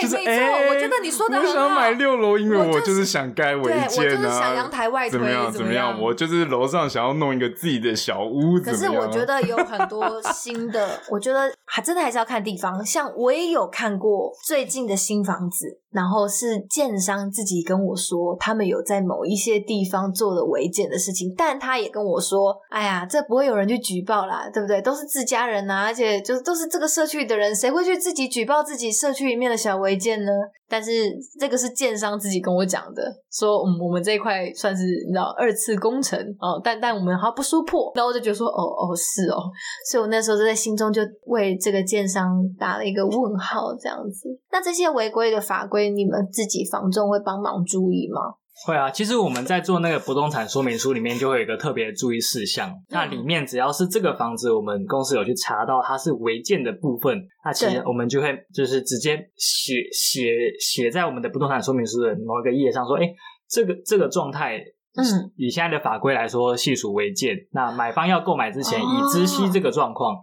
S3: 就是
S4: 没错，
S3: 哎
S4: 我觉得你说的
S3: 我
S4: 很好。
S3: 想买六楼，因为
S4: 我
S3: 我
S4: 就是
S3: 就是想盖违
S4: 对，我就
S3: 建
S4: 是想阳
S3: 啊。
S4: 台外推，
S3: 怎么样？怎
S4: 么
S3: 样？我就是楼上想要弄一个自己的小屋。
S4: 可是
S3: 怎么
S4: 我
S3: 样
S4: 觉得有很
S3: *laughs*
S4: 多新的，我觉得还真的还是要看地方。像我也有看过最近的新房子，然后是建商自己跟我说，他们有在某一些地方做了违建的事情，但他也跟我说，哎呀，这不会有人去举报啦，对不对？都是自家人啊，而且就是都是这个社区的人，谁会去自己举报自己社区里面的小违建呢？但是这个是建商自己跟我讲的，说嗯，我们这一块算是你知道二次工程哦，但但我们还不说破，然后我就觉得说哦哦是哦，所以我那时候就在心中就为这个建商打了一个问号这样子。那这些违规的法规，你们自己房仲会帮忙注意吗？
S1: 会啊，其实我们在做那个不动产说明书里面就会有一个特别注意事项，那
S4: 嗯
S1: 里面只要是这个房子，我们公司有去查到它是违建的部分，那其实
S4: 对
S1: 我们就会就是直接写写写在我们的不动产说明书的某一个页上，说，哎，这个这个状态。
S4: 嗯，
S1: 以现在的法规来说，系属违建。那买方要购买之前，
S4: 哦
S1: 已知悉这个状况，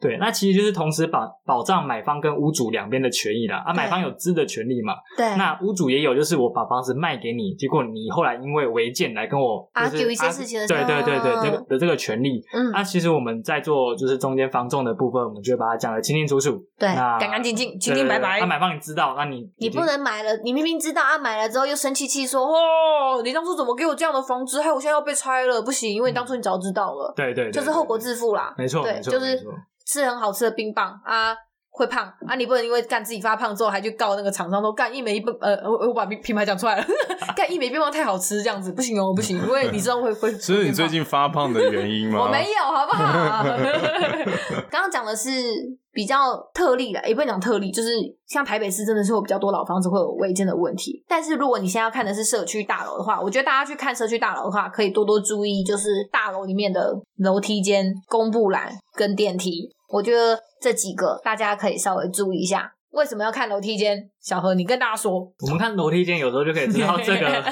S1: 对，那其实就是同时保保障买方跟屋主两边的权益啦。啊，
S4: 对
S1: 买方有知的权利嘛，
S4: 对，
S1: 那屋主也有，就是我把房子卖给你，结果你后来因为违建来跟我就是
S4: Argue 一些事情的时
S1: 对
S4: 候
S1: 对对对，这个的这个权利。
S4: 嗯
S1: 那、，其实我们在做就是中间房仲的部分，我们就会把它讲的清清楚楚，
S4: 对，
S1: 那
S4: 干干净净，清清白白
S1: 那。买方你知道，那你
S4: 你
S1: 已经
S4: 不能买了，你明明知道啊，买了之后又生气气说，哦，
S2: 你当初怎么给我这样的房子，害我现在要被拆了，不行，因为你当初你早知道了，
S1: 对对，对
S4: 就是后果，自负啦。
S1: 对没错
S4: 对
S1: 没错，
S4: 就是
S1: 没错
S4: 吃很好吃的冰棒啊，
S2: 会胖啊！你不能因为干自己发胖之后，还去告那个厂商说干一枚一棒呃，我我把品牌讲出来了， *laughs* 干一枚冰棒太好吃，这样子不行哦，不行，因为你知道
S1: *laughs*
S2: 会会。
S3: 这是你最近发胖的原因
S4: *laughs*
S3: 吗？
S2: 我没有，好不好？
S4: 刚刚讲的是比较特例的，也不能讲特例，就是像台北市真的是会比较多老房子会有违建的问题。但是如果你现在要看的是社区大楼的话，我觉得大家去看社区大楼的话，可以多多注意，就是大楼里面的楼梯间、公布栏跟电梯，我觉得这几个大家可以稍微注意一下。为什么要看楼梯间？小何，你跟大家说，
S1: 我们看楼梯间，有时候就可以知道这个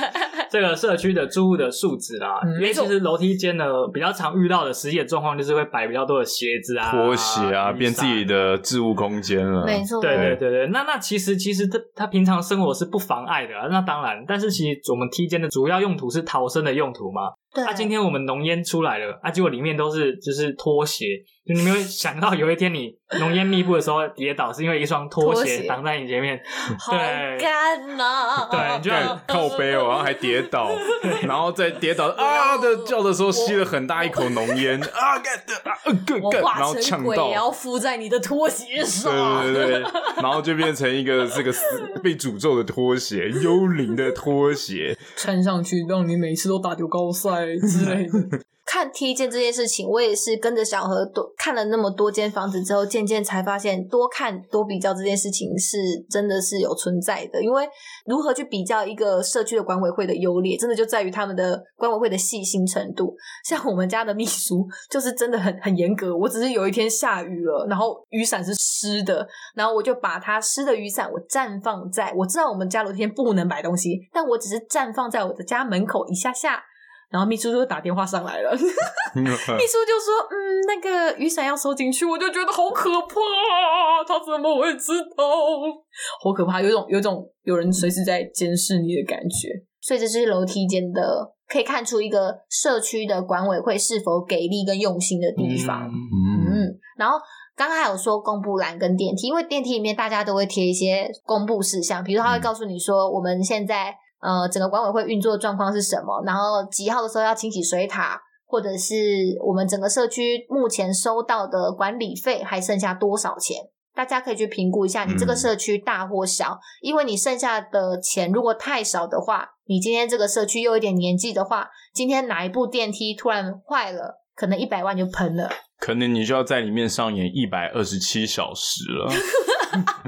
S1: 这个社区的住户的素质啦。
S2: 嗯
S1: 因为
S2: 没错
S1: 其实楼梯间呢，比较常遇到的实际的状况就是会摆比较多的鞋子啊、
S3: 拖鞋啊，
S1: 雨伞
S3: 变自己的置物空间了。
S4: 没错，
S1: 嗯对对
S3: 对
S1: 对对，那那其实其实他他平常生活是不妨碍的、啊，那当然，但是其实我们梯间的主要用途是逃生的用途嘛。
S4: 对
S1: 啊，今天我们浓烟出来了，啊，结果里面都是就是拖鞋，就你没有想到有一天你浓烟密布的时候跌倒，是因为一双拖
S2: 拖
S1: 鞋
S2: 鞋
S1: 挡在你前面，
S4: 好
S1: 对
S4: 干呐、
S1: 对，
S2: *laughs*
S1: 你就要
S3: 干靠背哦，然后还跌倒，然后再跌倒啊的叫的时候吸了很大一口浓烟啊干的啊呃干
S2: 我
S3: 干，然
S2: 化
S3: 后
S2: 成
S3: 呛
S2: 鬼也要
S3: 到，
S2: 敷在你的拖鞋上。
S3: 对对对，然后就变成一个这个死被诅咒的拖鞋，幽灵的拖鞋， *laughs*
S2: 穿上去，让你每次都打丢高赛之类
S3: *laughs*
S2: 的。
S4: 看踢毽这件事情，我也是跟着小何多看了那么多间房子之后，渐渐才发现，多看多比较这件事情是真的是有存在的。因为如何去比较一个社区的管委会的优劣，真的就在于他们的管委会的细心程度。
S2: 像我们家的秘书就是真的很很严格，我只是有一天下雨了，然后雨伞是湿的，
S4: 然后我就把它湿的雨伞，我绽放在我知道我们家楼梯间不能摆东西，但我只是绽放在我的家门口一下下。
S2: 然后秘书就打电话上来了，秘书就说：“嗯，那个雨伞要收进去。”我就觉得好可怕，啊他怎么会知道？好可怕，有一种有一种有人随时在监视你的感觉。
S4: 所以这就是楼梯间的，可以看出一个社区的管委会是否给力跟用心的地方。
S1: 嗯
S3: 嗯，
S4: 嗯，然后刚刚还有说公布栏跟电梯，因为电梯里面大家都会贴一些公布事项，比如说他会
S3: 嗯
S4: 告诉你说我们现在呃整个管委会运作状况是什么，然后几号的时候要清洗水塔，或者是我们整个社区目前收到的管理费还剩下多少钱。大家可以去评估一下你这个
S3: 嗯
S4: 社区大或小，因为你剩下的钱如果太少的话，你今天这个社区又有一点年纪的话，今天哪一部电梯突然坏了，可能一百万就喷了。
S3: 可能你就要在里面上演一百二十七小时了。 *laughs*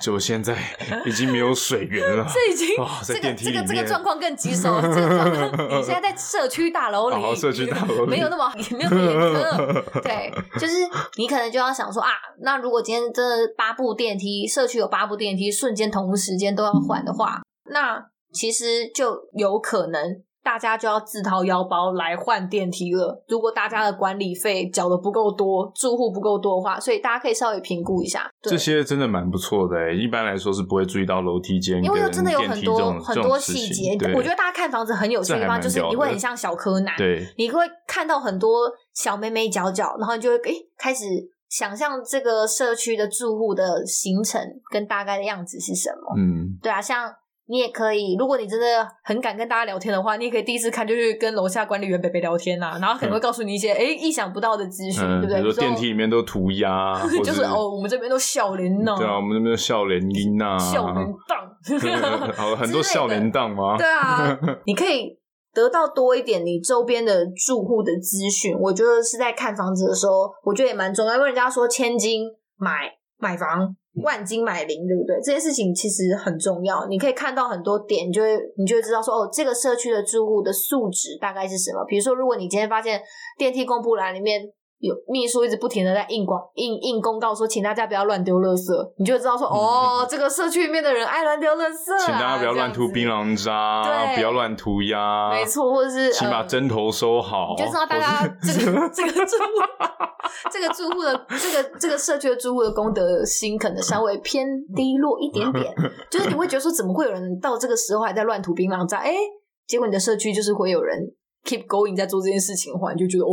S3: 就现在已经没有水源了，
S2: 这已经
S3: 哇，哦在
S4: *laughs* 这个
S3: 电梯
S4: 这
S3: 里
S4: 个
S3: 面，
S4: 这个状况更棘手， *laughs* 这个状况你现在在社区大楼里，
S3: 好好社区大楼里
S4: 没有那么 *laughs* 没有那么
S3: *laughs*
S4: 严苛。对，就是你可能就要想说啊，那如果今天真的八部电梯，社区有八部电梯，瞬间同时间都要换的话，那其实就有可能
S2: 大家就要自掏腰包来换电梯了。如果大家的管理费缴的不够多，住户不够多的话，所以大家可以稍微评估一下。
S3: 这些真的蛮不错的、欸，一般来说是不会注意到楼梯间，
S4: 因为真的有很多很多细节，我觉得
S3: 得
S4: 大家看房子很有趣的地方就是你会很像小柯南，
S3: 对，
S4: 你会看到很多小眉眉角角，然后你就会诶开始想象这个社区的住户的行程跟大概的样子是什么。 *laughs*
S3: 嗯，
S4: 对啊，像你也可以，如果你真的
S2: 很敢跟大家聊天的话，你也可以第一次看就去跟楼下管理员北北聊天
S4: 啊
S2: 呐、然后可能会告诉你一些哎、诶意想不到的资讯，
S3: 嗯，
S2: 对不
S3: 比
S2: 对？
S3: 如说
S2: 比如
S3: 电梯里面都涂鸦
S4: *laughs*
S3: 啊，或
S2: 说，
S3: 者
S2: 就是哦，我们这边都笑脸呢、
S3: 对啊，我们那边笑脸音啊，
S2: 笑脸
S4: *laughs*
S2: 档，
S3: *laughs* 好很多笑脸档吗？
S2: 对啊，
S3: *laughs*
S4: 你可以得到多一点你周边的住户的资讯。我觉得是在看房子的时候，我觉得也蛮重要，因为人家说千金买买房，
S3: 嗯
S4: 万金买零，对不对？这件事情其实很重要，你可以看到很多点，你就会你就会知道说，哦，这个社区的住户的素质大概是什么。比如说，如果你今天发现电梯公布栏里面有秘书一直不停的在印广
S3: 嗯
S4: 印印公告说，请大家不要乱丢垃圾，你就会知道说，哦，这个社区里面的人爱乱丢垃圾、啊，
S3: 嗯请大家不要乱
S4: 这
S3: 吐啊
S4: 样子
S3: 槟榔渣，
S4: 对
S3: 不要乱涂鸦，
S4: 没，错，或者是
S3: 请把
S4: 呃
S3: 针头收好。
S4: 你就知道大家这 *laughs* 个这个住户，这个住户的这个这个社区的住户的公德心可能稍微偏低落一点 *laughs* 点，就是你会觉得说，怎么会有人到这个时候还在乱吐槟榔渣？哎，结果你的社区就是会有人 keep going 在做这件事情的话，你就觉
S3: *laughs*
S4: 得
S3: 哦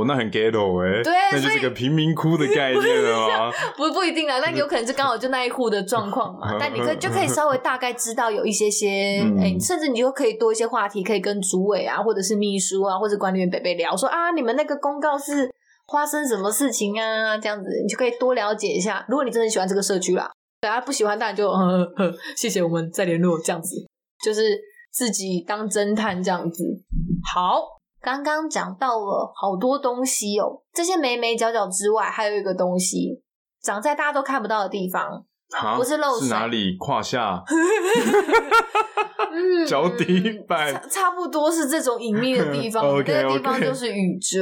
S4: 哦，，
S3: 那很 ghetto 哎、
S4: 对
S3: 那就
S4: 所
S3: 是
S4: 以
S3: 个贫民窟的概念了啊吗？。
S4: *laughs* 不啊不一定啦，但有可能是刚好就那一户的状况嘛 *laughs* 但你可以就可以稍微大概知道有一些些，
S3: 嗯
S4: 哎、甚至你就可以多一些话题，可以跟主委啊，或者是秘书啊，或者管理员北北聊说啊，你们那个公告是发生什么事情啊？这样子你就可以多了解一下。如果你真的喜欢这个社区啦，对啊，不喜欢当然就 *laughs* 呃呵，谢谢我们再联络这样子，就是自己当侦探这样子。好，刚刚讲到了好多东西哦，这些眉眉角角之外，还有一个东西长在大家都看不到的地方，
S3: 啊
S4: 不是漏水
S3: 是哪里？胯
S4: *laughs*
S3: 下？
S4: 嗯，
S3: 脚底板
S4: 差差不多是这种隐秘的地
S3: *laughs*
S4: 方。
S3: OK，
S4: 那个地方
S3: OK
S4: 就是雨遮。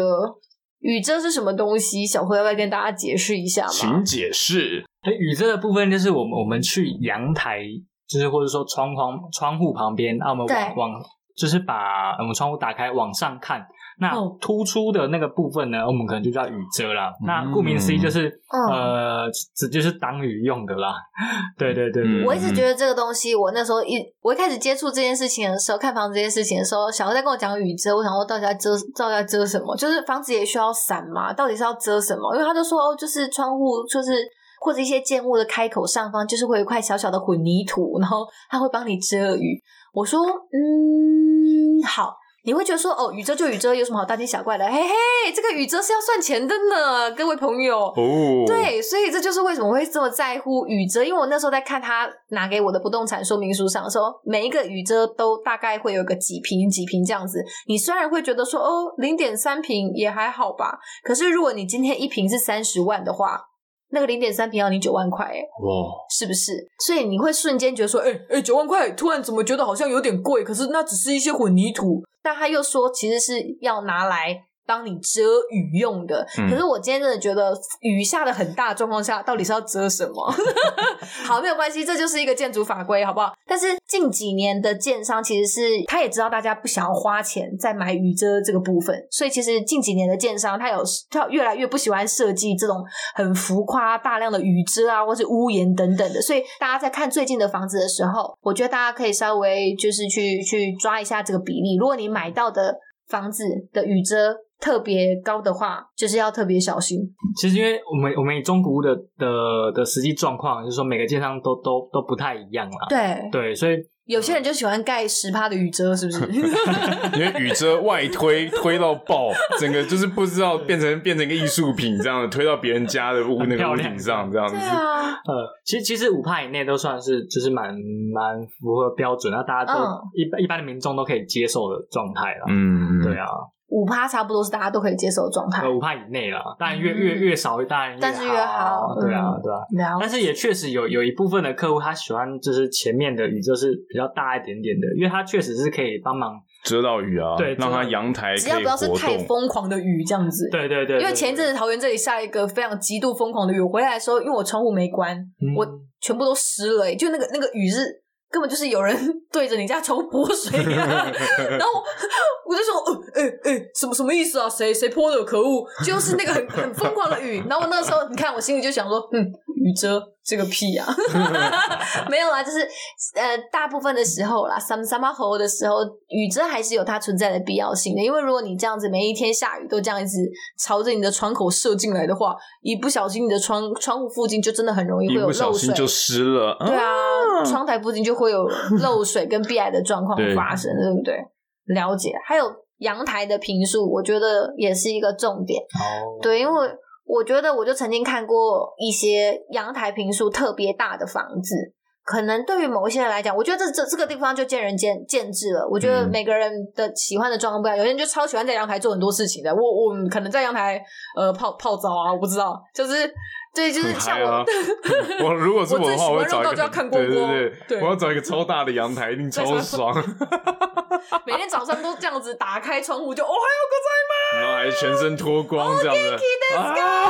S4: 雨遮是什么东西？小辉要不要跟大家解释一下吗
S3: 请？解释。
S1: 对雨遮的部分，就是我们我们去阳台，就是或者说窗框窗户旁边，啊那我们往
S4: 对
S1: 往就是把呃我们窗户打开往上看。那
S2: 哦
S1: 突出的那个部分呢，我们可能就叫雨遮啦。
S3: 嗯
S1: 那顾名思义就是、
S4: 嗯
S1: 呃，只就是挡雨用的啦。 *laughs* 对对对对，
S3: 嗯
S4: 我一直觉得这个东西，我那时候一我一开始接触这件事情的时候，看房子这件事情的时候，小辉在跟我讲雨遮，我想说到底要遮到底要遮什么？就是房子也需要伞嘛，到底是要遮什么？因为他就说哦，就是窗户就是。或者一些建物的开口上方，就是会有一块小小的混凝土，然后它会帮你遮雨。我说，嗯，好，你会觉得说，哦，雨遮就雨遮，有什么好大惊小怪的？嘿嘿，这个雨遮是要算钱的呢，各位朋友。
S3: 哦，，
S4: 对，所以这就是为什么会这么在乎雨遮，因为我那时候在看他拿给我的不动产说明书上的时候，每一个雨遮都大概会有个几平几平这样子。你虽然会觉得说哦，零点三平也还好吧，可是如果你今天一平是三十万的话，那个零点三平要你九万块、欸，
S3: 哇，
S4: 是不是？所以你会瞬间觉得说，哎、哎，九、万块，突然怎么觉得好像有点贵？可是那只是一些混
S3: *laughs*
S4: 凝土。但他又说，其实是要拿来帮你遮雨用的。
S3: 嗯
S4: 可是我今天真的觉得，雨下的很大的状况下，到底是要遮什么？好，没有关系，这就是一个建筑法规，好不好？但是近几年的建商其实是他也知道大家不想要花钱在买雨遮这个部分，所以其实近几年的建商他有他越来越不喜欢设计这种很浮夸、大量的雨遮啊，或是屋檐等等的。所以大家在看最近的房子的时候，我觉得大家可以稍微就是去去抓一下这个比例。如果你买到的房子的雨遮特别高的话，就是要特别小心。
S1: 其实因为我们我们以中古屋的的的实际状况，就是说每个建商都都都不太一样啦。
S4: 对，
S1: 对，所以
S4: 有些人就喜欢盖十趴的雨遮，是
S2: *laughs*
S4: 不是？
S3: 因为雨遮外推推到爆， *laughs* 整个就是不知道变成变成一个艺术品这样的，推到别人家的屋
S1: 很
S3: 那个
S1: 漂
S3: 屋
S1: 亮
S3: 顶上这样子
S4: 对。啊，
S1: 呃，其实其实五帕以内都算是就是蛮蛮符合标准，那大家都、
S4: 嗯
S1: 一般一般的民众都可以接受的状态啦。
S3: 嗯，嗯
S1: 对，啊，
S4: 五趴差不多是大家都可以接受的状态
S1: 呃，。五帕以内啦，当然越、
S4: 嗯
S1: 越越少，当然越
S4: 但是越好
S1: 对啊，
S4: 嗯
S1: 对啊。
S4: 了
S1: 但是也确实有有一部分的客户，他喜欢就是前面的雨就是比较大一点点的，因为他确实是可以帮忙。
S3: 遮到雨啊，
S1: 对
S3: 让它阳台
S4: 只
S3: 可
S4: 要
S3: 以
S4: 不要是
S3: 活
S4: 太
S3: 动。
S4: 疯狂的雨这样子。
S1: 对对对
S4: 因为前一阵子桃园这里下一个非常极度疯狂的雨，我回来的时候，因为我窗户没关，
S1: 嗯
S4: 我全部都湿了、欸，就那个那个雨是根本就是有人 *laughs* 对着你家窗户泼
S3: *laughs*
S4: 水、啊，然后我就说，呃，哎、哎、什么什么意思啊？谁谁泼的？可恶！就是那个很很疯狂的雨。然后我那个时候，你看我心里就想说，嗯，雨遮这个
S3: *laughs*
S4: 屁呀、 *laughs* 啊，没有啦，就是呃，大部分的时候啦，三三八猴的时候，雨遮还是有它存在的必要性的。因为如果你这样子每一天下雨都这样一直朝着你的窗口射进来的话，一不小心你的窗窗户附近就真的很容易会
S3: 一
S4: 有
S3: 不小
S4: 漏水
S3: 心。就湿了，啊
S4: 对啊，窗台附近就
S3: *laughs*
S4: 会有漏水跟壁癌的状况
S3: 对
S4: 发生，对不对？了解。还有阳台的平数，我觉得也是一个重点。
S1: 哦，
S4: 对，因为我觉得我就曾经看过一些阳台平数特别大的房子，可能对于某一些人来讲，我觉得这这这个地方就见仁见见智了。我觉得
S3: 嗯
S4: 每个人的喜欢的状况不一样，有些人就超哎喜欢在阳台做很多事情的。我我可能在阳台呃泡泡澡啊，我不知道，就是对，就是
S3: 很
S4: 像
S3: 嗨
S4: 我，
S3: 啊！ *laughs* 我如果是
S2: 我
S3: 我
S2: 最
S3: 的话，
S2: 喜
S3: 我会
S2: 欢
S3: 找
S2: 绕
S3: 一个
S2: 道就要看光
S3: 对对
S2: 光
S3: 对，
S2: 对
S3: 我要找一个超大的阳台，一定超爽。
S4: 每天早上都这样子打开窗户就哦，
S3: 然后还全身脱光这样子，啊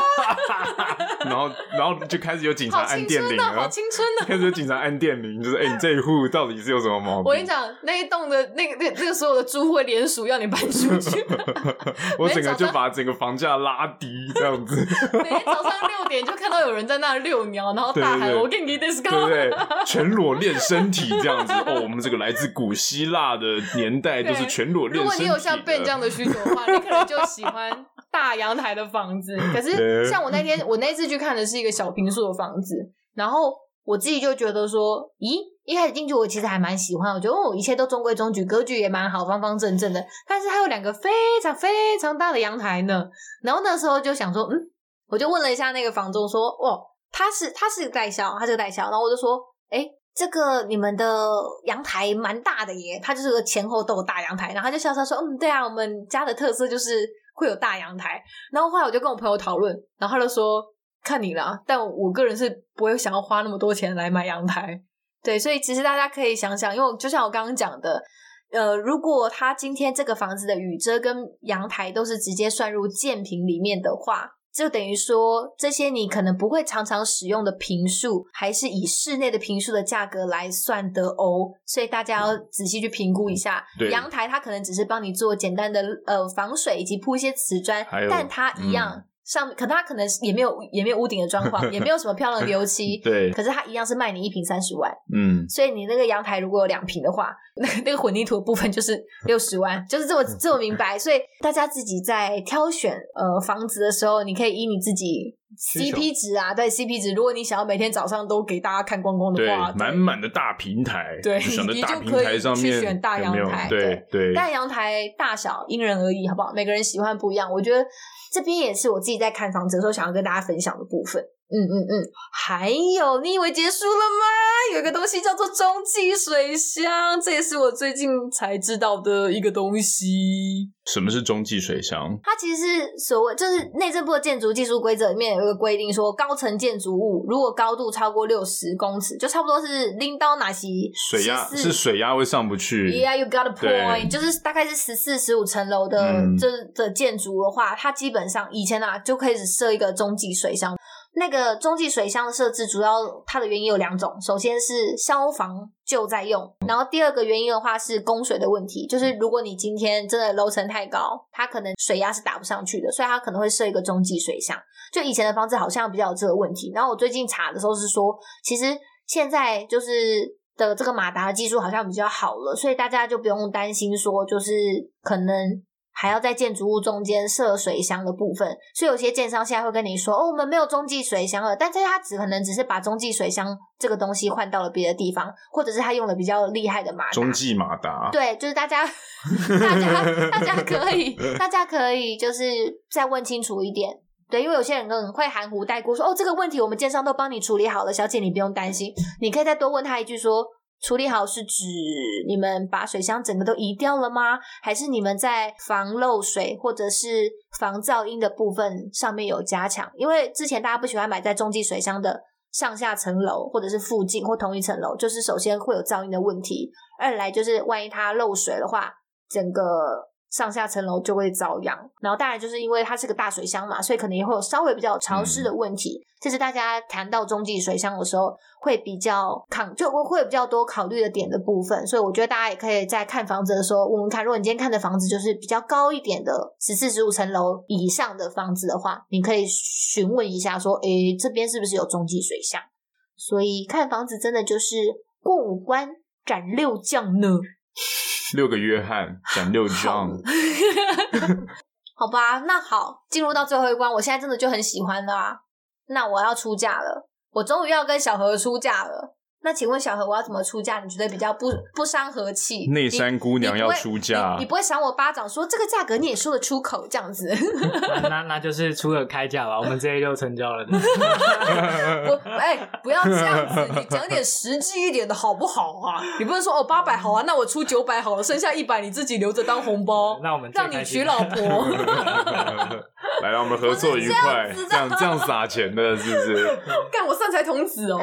S3: *laughs* 然后然后就开始有警察
S4: 好
S3: 按
S4: 青
S3: 电
S4: 春
S3: 铃啊
S4: 呐、
S3: 了，
S4: 好青春呐、
S3: 开始有警察按电铃，就是哎、你这一户到底是有什么毛
S4: 我跟你
S3: 病？
S4: 讲，那一栋的那个那个那个所有的租户会联署要你搬出去。 *laughs*
S3: 我整个
S4: 每天早
S3: 就
S4: 上
S3: 把整个房价拉低这样子，
S4: *laughs* 每天早上六点就看到有人在那遛鸟，然后大
S3: 对对
S4: 喊“
S3: 对
S4: 我给你 disco”，
S3: 对不对？全裸练身体这样子，哦，我们这个来自古希腊的年代都是
S4: 对
S3: 全裸
S4: 如
S3: 练身
S4: 果
S3: 体的。
S4: 你有像 Ben 这样的需求的话，你可能就喜欢大阳台的房子。可是
S3: 对
S4: 像我那天，我那次去看的是一个小平数的房子，然后我自己就觉得说，咦，一开始进去我其实还蛮喜欢，我觉得哦，一切都中规中矩，格局也蛮好，方方正正的。但是它有两个非常非常大的阳台呢。然后那时候就想说，嗯，我就问了一下那个房东说，哦，他是他是代销，他是个代销，然后我就说，哎，这个你们的阳台蛮大的耶，它就是个前后都有大阳台，然后他就笑笑说，嗯，对啊，我们家的特色就是会有大阳台，然后后来我就跟我朋友讨论，然后他就说，看你啦，但我个人是不会想要花那么多钱来买阳台，对，所以其实大家可以想想，因为我就像我刚刚讲的，呃，如果他今天这个房子的雨遮跟阳台都是直接算入建平里面的话，就等于说这些你可能不会常常使用的平数，还是以室内的平数的价格来算的哦。所以大家要仔细去评估一下
S3: 嗯对，
S4: 阳台它可能只是帮你做简单的呃防水以及铺一些瓷砖
S3: 还有，
S4: 但它一样。
S3: 嗯，
S4: 上面可它可能也没有也没有屋顶的装潢，也没有什么漂亮的油漆
S3: *laughs* 对
S4: 可是它一样是卖你一平三十万，
S3: 嗯，
S4: 所以你那个阳台如果有两平的话，那那个混凝土的部
S3: *laughs*
S4: 分就是六十万，就是这么
S3: 嗯
S4: 这么明白。所以大家自己在挑选呃房子的时候，你可以依你自己
S3: 需求
S4: CP 值啊，对 CP 值，如果你想要每天早上都给大家看光光的
S3: 对
S4: 话，，
S3: 满满的大平台，
S2: 对
S3: 就想在
S4: 你
S3: 大
S4: 就
S3: 平
S4: 可以
S3: 台上
S4: 去
S3: 面
S4: 选大
S3: 有没有
S4: 阳台
S3: 对对，
S4: 但阳台大小因人而异，好不好？每个人喜欢不一样。我觉得这边也是我自己在看房子的时候想要跟大家分享的部分。嗯嗯嗯，还有，你以为结束了吗？有一个东西叫做中继水箱，这也是我最近才知道的一个东西。
S3: 什么是中继水箱？
S4: 它其实是所谓就是内政部的建筑技术规则里面有一个规定说，高层建筑物如果高度超过六十公尺，就差不多是拎刀拿起
S3: 水压是水压会上不去
S4: Yeah, you got a
S3: 对
S4: point。就是大概是十四、十五层楼的，
S3: 嗯
S4: 就是的建筑的话，它基本上以前啊就可以只设一个中继水箱。那个中继水箱的设置，主要它的原因有两种，首先是消防救灾用，然后第二个原因的话是供水的问题，就是如果你今天真的楼层太高，它可能水压是打不上去的，所以它可能会设一个中继水箱。就以前的房子好像比较有这个问题。然后我最近查的时候是说，其实现在就是的这个马达的技术好像比较好了，所以大家就不用担心说就是可能。还要在建筑物中间设水箱的部分，所以有些建商现在会跟你说，哦，我们没有中继水箱了，但是他只可能只是把中继水箱这个东西换到了别的地方，或者是他用了比较厉害的马达。
S3: 中继马达，
S4: 对，就是大家，大家，大家可以，大家可以，就是再问清楚一点。对，因为有些人可能会含糊带过，说哦，这个问题我们建商都帮你处理好了，小姐你不用担心。你可以再多问他一句说，处理好是指你们把水箱整个都移掉了吗？还是你们在防漏水或者是防噪音的部分上面有加强？因为之前大家不喜欢买在中继水箱的上下层楼或者是附近或同一层楼，就是首先会有噪音的问题，二来就是万一它漏水的话，整个上下层楼就会遭殃。然后当然就是因为它是个大水箱嘛，所以可能也会有稍微比较潮湿的问题。这是大家谈到中继水箱的时候会比较抗，就会会比较多考虑的点的部分。所以我觉得大家也可以在看房子的时候问问看，如果你今天看的房子就是比较高一点的十四十五层楼以上的房子的话，你可以询问一下说，诶，这边是不是有中继水箱？所以看房子真的就是过五关斩六将呢。
S3: 六个约翰斩六
S4: 好
S3: 将，，
S4: 好吧，那好，进入到最后一关，我现在真的就很喜欢了啊。那我要出嫁了，我终于要跟小何出嫁了。那请问小何，我要怎么出嫁？你 *laughs* 觉得比较不不伤和气？
S3: 内山姑娘
S4: 你不会
S3: 要出嫁
S4: 你你不会赏我巴掌说这个价格你也说得出口这样子？ *laughs* *laughs*
S1: 那那那就是出了开价吧，我们这一就成交了。
S4: 我哎、不要这样子，你讲点实际一点的好不好啊？你不能说哦八百好啊，那我出九百好了，剩下一百你自己留着当红包，
S1: 那我们最
S4: 让你
S1: 开心
S4: 娶老婆。 *laughs*
S1: *laughs*
S3: 来，让我们合作愉快，这样这样撒钱的，是不是？
S2: 干我善财童子哦，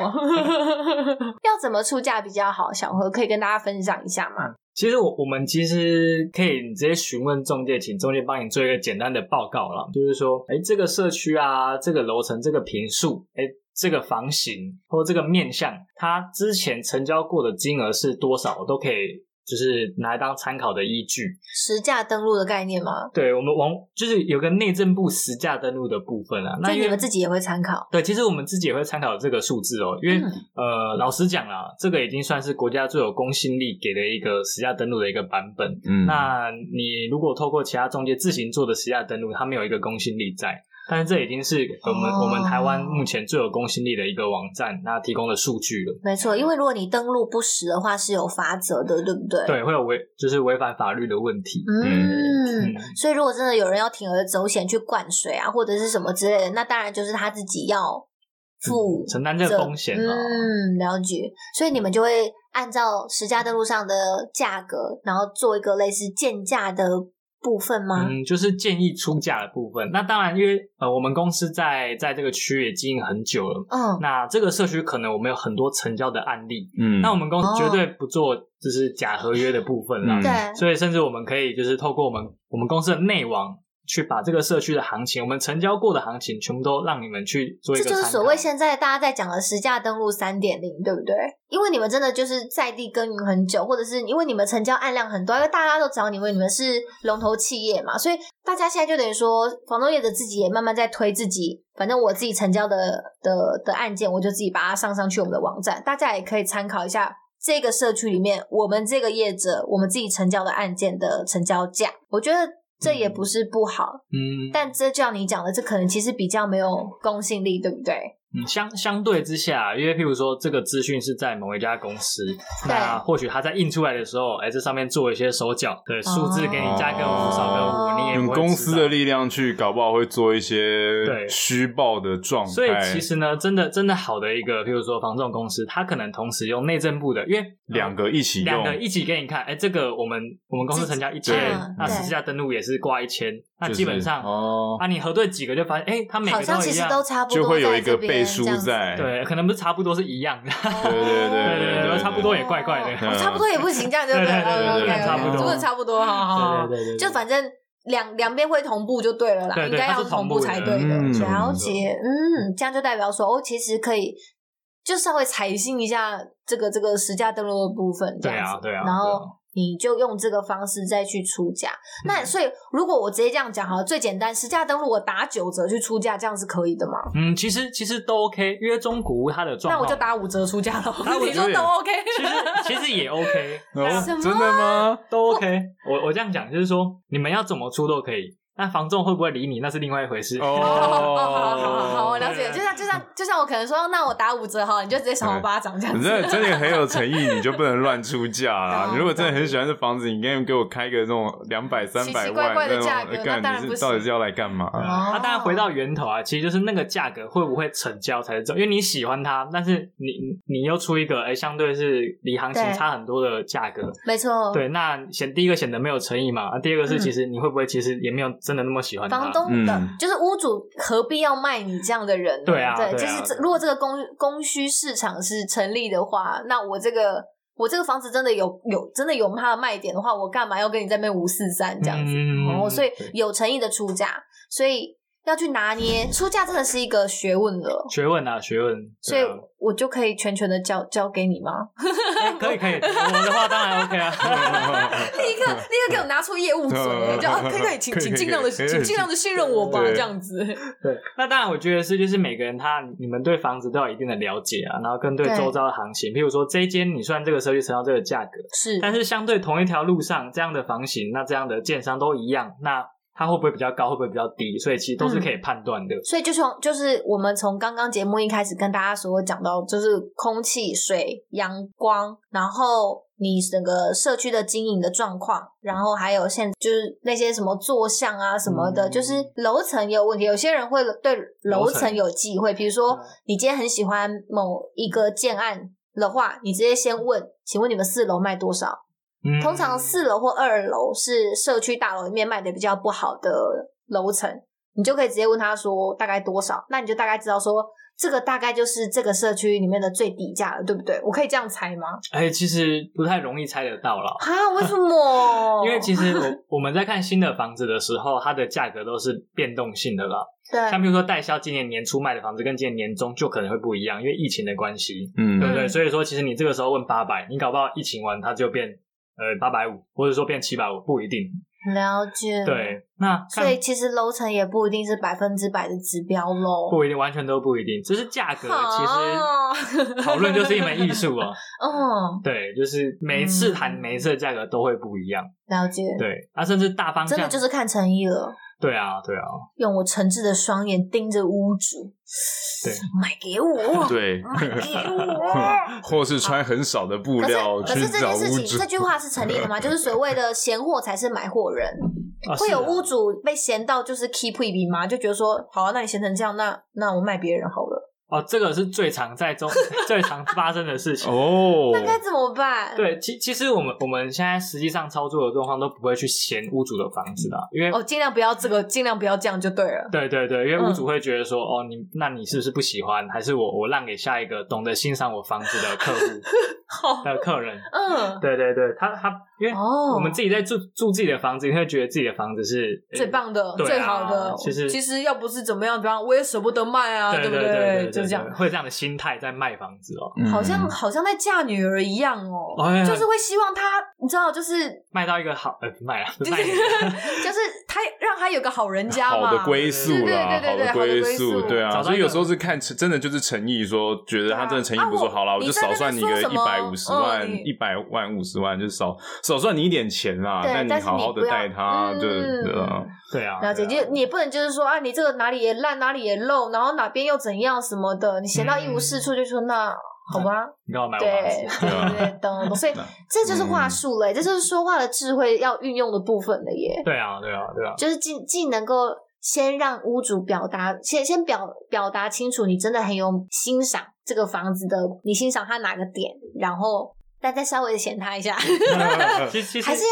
S4: 要怎么出价比较好？小何可以跟大家分享一下吗？
S1: 其实我我们其实可以你直接询问中介，请中介帮你做一个简单的报告啦，就是说，哎，这个社区啊，这个楼层，这个平数，哎，这个房型或这个面向，它之前成交过的金额是多少，我都可以就是拿来当参考的依据。
S4: 实价登录的概念吗？
S1: 对我们往就是有个内政部实价登录的部分啊，那
S4: 这
S1: 因
S4: 你
S1: 为
S4: 们自己也会参考。
S1: 对，其实我们自己也会参考这个数字哦，因为、
S4: 嗯
S1: 呃，老实讲啦，这个已经算是国家最有公信力给的一个实价登录的一个版本。
S3: 嗯，
S1: 那你如果透过其他中介自行做的实价登录，它没有一个公信力在。但是这已经是我们、我们台湾目前最有公信力的一个网站，那提供的数据了。
S4: 没错，因为如果你登录不实的话，是有罚则的，对不对？。
S1: 对，会有违就是违反法律的问题。
S4: 嗯
S1: 嗯，
S4: 所以如果真的有人要铤而走险去灌水啊，或者是什么之类的，那当然就是他自己要负
S1: 嗯承担这个风险啊
S4: 嗯，了解。所以你们就会按照实价登录上的价格，然后做一个类似建价的部分吗？
S1: 嗯，就是建议出价的部分。那当然，因为呃，我们公司在在这个区域也经营很久了。
S4: 嗯，
S1: 那这个社区可能我们有很多成交的案例，
S3: 嗯，
S1: 那我们公司绝
S4: 哦
S1: 对不做就是假合约的部分啦。
S3: 嗯
S4: 对，啊
S1: 所以甚至我们可以就是透过我们我们公司的内网去把这个社区的行情，我们成交过的行情，全部都让你们去做一
S4: 这
S1: 个参
S4: 就
S1: 考。
S4: 是所谓现在大家在讲的实价登录三点零，对不对？因为你们真的就是在地耕耘很久，或者是因为你们成交案量很多，因为大家都找你们，你们是龙头企业嘛，所以大家现在就等于说，房东业者自己也慢慢在推自己。反正我自己成交的的的案件，我就自己把它上上去我们的网站，大家也可以参考一下。这个社区里面，我们这个业者，我们自己成交的案件的成交价，我觉得这也不是不好，
S1: 嗯，
S4: 但这就像你讲的，这可能其实比较没有公信力，对不对？
S1: 嗯相相对之下，因为譬如说这个资讯是在某一家公司，那或许他在印出来的时候，哎，这上面做一些手脚，对数字给你加个
S3: 哦
S1: 五少个五，你也
S3: 用
S1: 不会
S3: 公
S1: 知
S3: 司
S1: 道
S3: 的力量去，搞不好会做一些
S1: 对
S3: 虚报的状态。
S1: 所以其实呢，真的真的好的一个，譬如说房仲公司，它可能同时用内政部的，因为呃
S3: 两个一起
S1: 两个
S3: 用，
S1: 一起给你看，哎，这个我们我们公司成交一
S3: 对
S1: 千
S4: 嗯，
S1: 那
S4: 对
S1: 实际价登录也是挂一千，那
S3: 就是
S1: 基本上
S3: 哦，
S1: 啊，你核对几个就发现，哎、它每个
S4: 好像
S1: 都
S4: 其
S1: 一
S4: 实
S1: 样，
S4: 都差不多，
S3: 就会有一个倍数。
S4: 哦
S3: 在。哦
S1: 对，可能不是差不多是一样的，
S3: 对
S1: *laughs*
S3: 对
S1: 对
S3: 对
S1: 对
S3: 对，
S1: 对，差不多也怪怪的，
S3: 嗯
S4: 哦差不多也不行，这样对不哦
S1: 对对
S3: 对对
S4: OK，OK，
S3: 对差不多
S4: 真的差不多，好好好
S1: 对对对对，
S4: 哦就反正两两边会同步就对了啦，
S1: 对对
S4: 应该
S1: 它
S4: 要
S1: 是同
S4: 步
S1: 步的
S4: 才对的。
S3: 嗯
S4: 了解，嗯，这样就代表说，哦，其实可以就稍微采信一下这个这个实价登录的部分，这样子，
S1: 对啊对啊
S4: 然
S1: 对嗯
S4: 后
S1: 啊
S4: 你就用这个方式再去出价。那所以如果我直接这样讲哈，最简单，实价登录我打九折去出价，这样是可以的吗？
S1: 嗯，其实其实都 OK，因为中古屋它的状
S2: 那我
S1: 况，
S2: 就打五折出价了。
S1: 那
S4: *laughs*
S1: 我
S2: 你说
S3: 有点
S2: 都 OK，
S1: 其实其实也 OK，
S3: 哦
S4: 什么
S3: 真的吗？
S1: 都 OK。我我这样讲就是说，你们要怎么出都可以，那房仲会不会理你那是另外一回事。
S3: 哦，
S2: 好好好好好，我了解。
S1: 对
S2: 就像就像就像我可能说，那我打五折哈，你就直接赏我巴掌这样
S3: *laughs* 你
S2: 子。
S3: 真的真的很有诚意，你就不能乱出
S2: *laughs*
S3: 价啦。
S2: 懂
S3: 你如果真的很喜欢这房子，你应该给我开个那种两百、三
S2: 奇
S3: 百
S2: 奇怪
S3: 万
S2: 怪的
S3: 那
S2: 价格
S3: 种，呃
S2: 那当
S3: 干
S2: 然
S3: 你
S2: 不
S3: 是到底
S2: 行
S3: 是要来干嘛？
S1: 啊
S4: 哦
S1: 那、当然回到源头啊，其实就是那个价格会不会成交才是重要，因为你喜欢它，但是你你你又出一个哎、相对是离行情
S4: 对
S1: 差很多的价格，
S4: 没错，
S1: 对，那显第一个显得没有诚意嘛，啊，第二个是其实你会不会其实也没有真的那么喜欢它
S4: 嗯房东的，
S3: 嗯
S4: 就是屋主何必要卖你这样的人呢？
S1: 对啊对啊
S4: 就是这
S1: 对啊
S4: 如果这个供供需市场是成立的话，那我这个我这个房子真的有有真的有它的卖点的话，我干嘛要跟你在那边五四三这样子？
S1: 嗯
S4: 哦，所以
S3: 对
S4: 有诚意的出价，所以要去拿捏出价，真的是一个学问了。
S1: 学问啊，学问，
S4: 所以
S1: 对啊
S4: 我就可以全权的交交给你吗？
S1: 哎可以可以，我的话当然 OK
S2: 哦
S1: 啊， *laughs*
S4: 立刻立刻给我拿出业务嘴，
S3: 对
S4: 就
S2: 就啊，可以可以，
S1: *laughs*
S2: 请
S3: 可以可以
S2: 请尽量的，
S3: 可以
S2: 请尽量的信任我吧，
S3: 对
S2: 这样子。
S1: 对，那当然我觉得是就是每个人他你们对房子都有一定的了解啊，然后跟对
S4: 对
S1: 周遭的行情，譬如说这一间你算这个社区成交这个价格，
S4: 是，
S1: 但是相对同一条路上这样的房型，那这样的建商都一样，那它会不会比较高，会不会比较低，所以其实
S4: 嗯
S1: 都是可以判断的。
S4: 所以就从就是我们从刚刚节目一开始跟大家所讲到，就是空气、水、阳光，然后你整个社区的经营的状况，然后还有现就是那些什么坐向啊什么的，
S1: 嗯
S4: 就是楼层也有问题。有些人会对楼
S1: 楼层嗯
S4: 层有忌讳，比如说
S1: 对
S4: 你今天很喜欢某一个建案的话，你直接先问，请问你们四楼卖多少？
S1: 嗯
S4: 通常四楼或二楼是社区大楼里面卖的比较不好的楼层，你就可以直接问他说大概多少，那你就大概知道说这个大概就是这个社区里面的最底价了，对不对？我可以这样猜吗？
S1: 哎，其实不太容易猜得到啦。
S4: 啊，为什么？ *laughs*
S1: 因为其实我我们在看新的房子的时候，它的价格都是变动性的啦。像
S4: 对
S1: 比如说代销今年年初卖的房子跟今年年中就可能会不一样，因为疫情的关系，
S3: 嗯
S1: 对不对？
S4: 嗯
S1: 所以说，其实你这个时候问八百，你搞不好疫情完它就变呃八百五，或者说变七百五，不一定。
S4: 了解，，
S1: 对，那看
S4: 所以其实楼层也不一定是百分之百的指标喽。
S1: 不一定，完全都不一定，只是价格
S4: 好
S1: 其
S4: *laughs*
S1: 实讨论就是一门艺术哦。
S4: 嗯，
S1: 对，就是每次谈
S2: 嗯
S1: 每一次的价格都会不一样。
S4: 了解，
S1: 对，啊，甚至大方向
S4: 真的就是看诚意了。
S1: 对啊，对啊，
S4: 用我诚挚的双眼盯着屋主，
S1: 对，
S4: 买给我，
S3: 对，
S4: 买
S3: *laughs*
S4: 给我。
S3: 或是穿很少的布
S4: 哎可
S3: 料
S4: 是，可
S3: 去
S4: 是这
S3: 找
S4: 件事
S3: 屋主
S4: 情，这句话是成立
S3: *laughs*
S4: 的吗？就是所谓的闲货才是买货人，
S1: 啊
S4: 会有屋。
S1: 是啊
S4: 主被闲到就是 keep 一笔吗？就觉得说，好、啊，那你闲成这样，那那我卖别人好了，
S1: 哦，这个是最常在
S4: *laughs*
S1: 中最常发生的事情。
S3: 哦，
S4: 那该怎么办？，
S1: 对，其其实我们我们现在实际上操作的状况都不会去嫌屋主的房子的，因为、
S2: 哦，尽量不要这个，尽量不要这样就对了。
S1: 对对对，因为屋主会觉得说，
S4: 嗯
S1: 哦，你那你是不是不喜欢？还是我我让给下一个懂得欣赏我房子的客
S4: *laughs*
S1: 户
S2: 好，
S1: 的客人？
S2: 嗯，
S1: 对对对，他他因为
S2: 哦
S1: 我们自己在住住自己的房子，你会觉得自己的房子是
S2: 最。棒的、
S1: 对啊
S2: 最好的。
S1: 其实
S2: 要不是怎么样，比方我也舍不得卖啊，
S1: 呃对
S2: 不
S1: 对对对，
S2: 就这样
S1: 对，会这样的心态在卖房子哦，
S3: 嗯
S2: 好像好像在嫁女儿一样哦，
S1: 哎呀
S2: 就是会希望她，你知道，就是
S1: 卖到一个好呃不卖了，不
S2: 就是
S1: 卖你
S2: 就是她让她有个好人家嘛，
S3: 好的归宿啦，
S2: 对对对对
S3: 的
S2: 好的归
S3: 宿，
S2: 宿
S3: 对
S1: 找到一个
S3: 啊，所以有时候是看诚真的就是诚意，说觉得他真的诚意不
S2: 啊
S3: 错，
S2: 我
S3: 好啦，我
S2: 你
S3: 就
S2: 在那
S3: 少
S2: 边
S3: 算你
S2: 说
S3: 个
S2: 什
S3: 一
S2: 么
S3: 百五十
S2: 嗯
S3: 万、
S2: 你
S3: 一百万五十万，就是少少算你一点钱啦。
S4: 对
S3: 但
S4: 但是
S3: 好
S4: 你
S3: 好的
S4: 不要
S3: 待他，
S4: 嗯
S3: 对对啊，
S1: 对啊，
S4: 了解，
S1: 对啊
S4: 就你也不能就是说啊，你这个哪里也烂，哪里也漏，然后哪边又怎样什么的，你闲到一无是处，就说那。好吧，
S1: 你干嘛买我
S4: 对
S1: 房子？
S4: 对
S3: 对啊
S4: 对对，懂懂，所以
S3: 那
S4: 这就是话
S3: 嗯
S4: 术了，这就是说话的智慧要运用的部分了耶。
S1: 对啊，对啊，对啊，
S4: 就是既既能够先让屋主表达，先先表表达清楚，你真的很有欣赏这个房子的，你欣赏它哪个点，然后但再稍微嫌它一下，
S1: 其实其实
S4: 还是要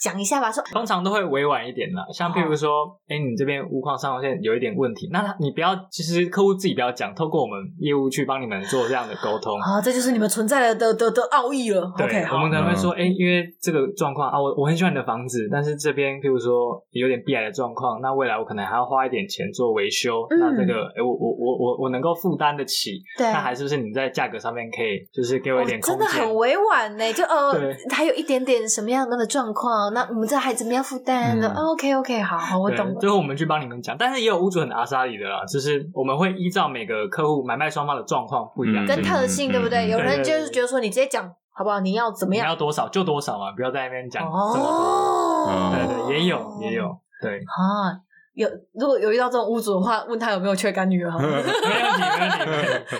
S4: 讲一下吧，说
S1: 通常都会委婉一点啦，像譬如说，哎、你这边屋况上线有一点问题，那他你不要，其实客户自己不要讲，透过我们业务去帮你们做这样的沟通。
S2: 啊，这就是你们存在的的的奥义了。
S1: 对
S2: OK，
S1: 我
S2: 好
S1: 们，可能会说，哎、因为这个状况啊，我我很喜欢你的房子，但是这边譬如说有点避癌的状况，那未来我可能还要花一点钱做维修，
S4: 嗯
S1: 那这个，哎、我我我我我能够负担得起，
S4: 对，哦
S1: 那还是不是你在价格上面可以就是给
S2: 哦
S1: 我一点
S4: 真
S1: 空
S4: 的
S1: 间？
S4: 很委婉呢，就呃
S1: 对，
S4: 还有一点点什么样的状况，那我们这还怎么样负担呢
S3: 嗯
S4: o k OK，好好，我
S1: 对
S4: 懂了
S1: 最。后我们去帮你们讲，但是也有屋主很阿莎里的啦，就是我们会依照每个客户买卖双方的状况不一样，
S3: 嗯
S4: 跟特性对不对？
S3: 嗯嗯
S4: 有人
S1: 对
S4: 就是觉得说，你直接讲好不好？你要怎么
S1: 你
S4: 样？
S1: 要多少就多少嘛，啊不要在那边讲这么多。
S4: 哦，
S1: 对对，也有也有，
S4: *laughs*
S1: 对，
S2: 啊，有如果有遇到这种屋主的话，问他有没有缺干女儿
S1: *laughs*
S2: 好了，
S1: 没问题没问题没问题。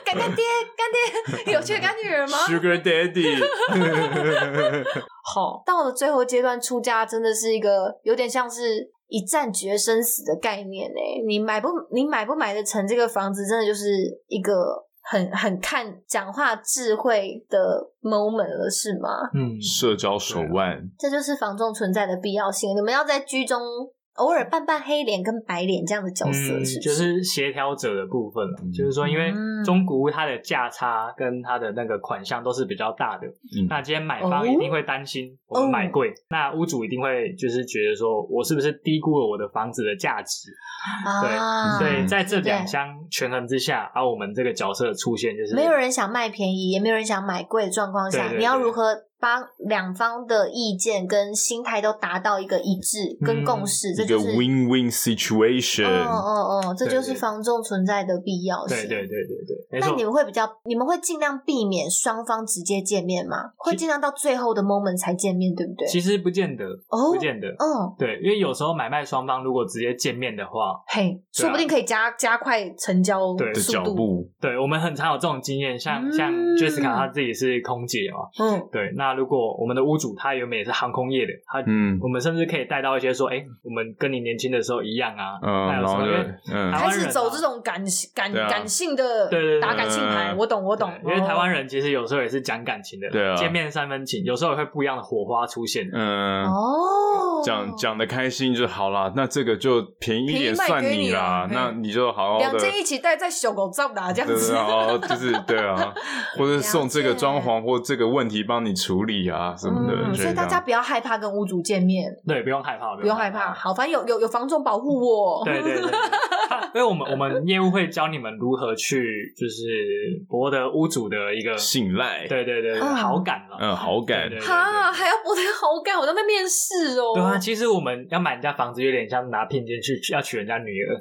S2: 干干爹，干爹有缺干女儿
S1: *laughs*
S2: 吗？
S3: Sugar
S2: *laughs*
S3: Daddy，
S2: 好，
S4: 到了最后阶段，出家真的是一个有点像是一战决生死的概念呢、你买不你买不买得成这个房子，真的就是一个很很看讲话智慧的 moment 了，是吗？
S1: 嗯，
S3: 社交手腕，
S4: 这就是房仲存在的必要性。你们要在居中偶尔扮扮黑脸跟白脸这样的角色，
S1: 嗯
S4: 是，不？
S1: 就是是协调者的部分了
S3: 嗯，
S1: 就是说，因为
S2: 嗯
S1: 中古屋它的价差跟它的那个款项都是比较大的，
S3: 嗯
S1: 那今天买
S4: 哦
S1: 方一定会担心我们买贵，那屋主一定会就是觉得说我是不是低估了我的房子的价值？
S4: 啊，
S1: 嗯所以在这
S4: 对
S1: 两相权衡之下，而我们这个角色的出现就是
S4: 没有人想卖便宜，也没有人想买贵的状况下，
S1: 对对
S4: 你要
S1: 对
S4: 如何帮两方的意见跟心态都达到一个一致跟
S1: 嗯
S4: 共识？这
S3: 一个
S4: 就是。
S3: win-win
S4: 哦
S3: situation，
S4: 哦哦，这
S1: 对
S4: 就是
S1: 对
S4: 房仲存在的必要性。
S1: 对对对对对，没
S4: 那
S1: 错
S4: 你。们会比较，你们会尽量避免双方直接见面吗？会尽量到最后的 moment 才见面，对不对？
S1: 其实不见得，
S4: 哦
S1: 不见得。
S4: 嗯，
S1: 对，因为有时候买卖双方如果直接见面的话，
S2: 嘿，说不定可以加加快成交
S1: 啊对啊
S3: 的
S2: 速
S3: 脚
S2: 度。
S3: 步，
S1: 对我们很常有这种经验，像、
S2: 嗯
S1: 像 Jessica 她自己是空姐嘛，
S2: 嗯，
S1: 对，那那如果我们的屋主他原本也是航空业的，他
S3: 嗯
S1: 我们甚至可以带到一些说，哎、我们跟你年轻的时候一样啊，
S3: 嗯，
S1: 还有
S3: 然
S1: 什
S3: 后
S1: 么？因
S3: 就
S1: 为
S3: 嗯
S1: 台湾
S2: 开
S1: 人
S2: 始
S1: 啊
S2: 走这种感性感
S3: 对啊
S2: 感性的
S1: 对对对
S2: 打感性牌，
S3: 嗯
S2: 我懂我懂，
S1: 对因为台湾
S2: 人
S1: 人其实有时候也是讲感情的，
S3: 对啊
S1: 见面三分情，有时候也会不一样的火花出现。
S3: 嗯。
S2: 哦，
S3: 讲讲的开心就好啦，那这个就便宜一
S2: 便宜
S3: 点
S2: 卖
S3: 算
S2: 给你
S3: 啦
S2: 啊，
S3: 那
S2: 嗯
S3: 你就好好
S2: 两
S3: 的，
S2: 件一起戴在小狗罩打这样
S3: 对
S2: 子
S3: 对，哦，就是对
S2: *laughs*
S3: 啊，或者
S2: 了
S3: 送这个
S2: 解
S3: 装潢或这个问题帮你处理啊什么的，
S2: 嗯，所以大家不要害怕跟屋主见面，
S1: 对，不用害怕，
S2: 不用害怕，。好，反正有有有房仲保护我，
S1: 对对对，对因为我们我们业务会教你们如何去，就是博得屋主的一个，
S3: 信赖，
S1: 对对对，对
S2: 嗯
S1: 好感了。
S3: 嗯，好感
S1: 对对对
S2: 哈，还要博得好感，我都在面试哦，
S1: 对啊，其实我们要买人家房子，有点像拿聘金去要娶人家女儿。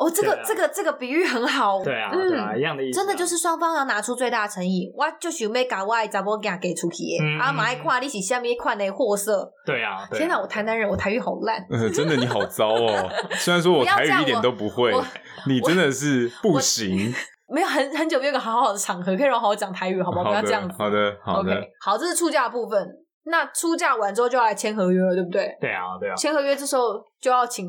S2: 哦，这个、
S1: 对啊
S2: 这个这个比喻很好，
S1: 对啊，对啊，
S2: 嗯。
S1: 一样的意思啊。
S2: 真的就是双方要拿出最大的诚意，我就是要把我的查某囝给出去的，
S1: 嗯
S2: 啊，嘛爱看你是下面款的货色。
S1: 对啊。对啊
S2: 天哪，我台南人，我台语好烂。
S3: *laughs* 呃，真的你好
S2: *laughs*
S3: 糟哦！虽然说我
S2: 不要
S3: 台
S2: 这样
S3: 语一点
S2: 我
S3: 都不会
S2: 我，
S3: 你真的是不行。
S2: 没有很很久没有一个好好的场合可以让我好好讲台语， *laughs* 好不好？不要
S3: 好
S2: 这样
S3: 的，
S2: 子。
S3: 好的，好
S2: OK，
S3: 的。
S2: 好，这是出价的部分。那出价完之后就要来签合约了，对不对？
S1: 对啊，对啊。
S2: 签合约这时候就要请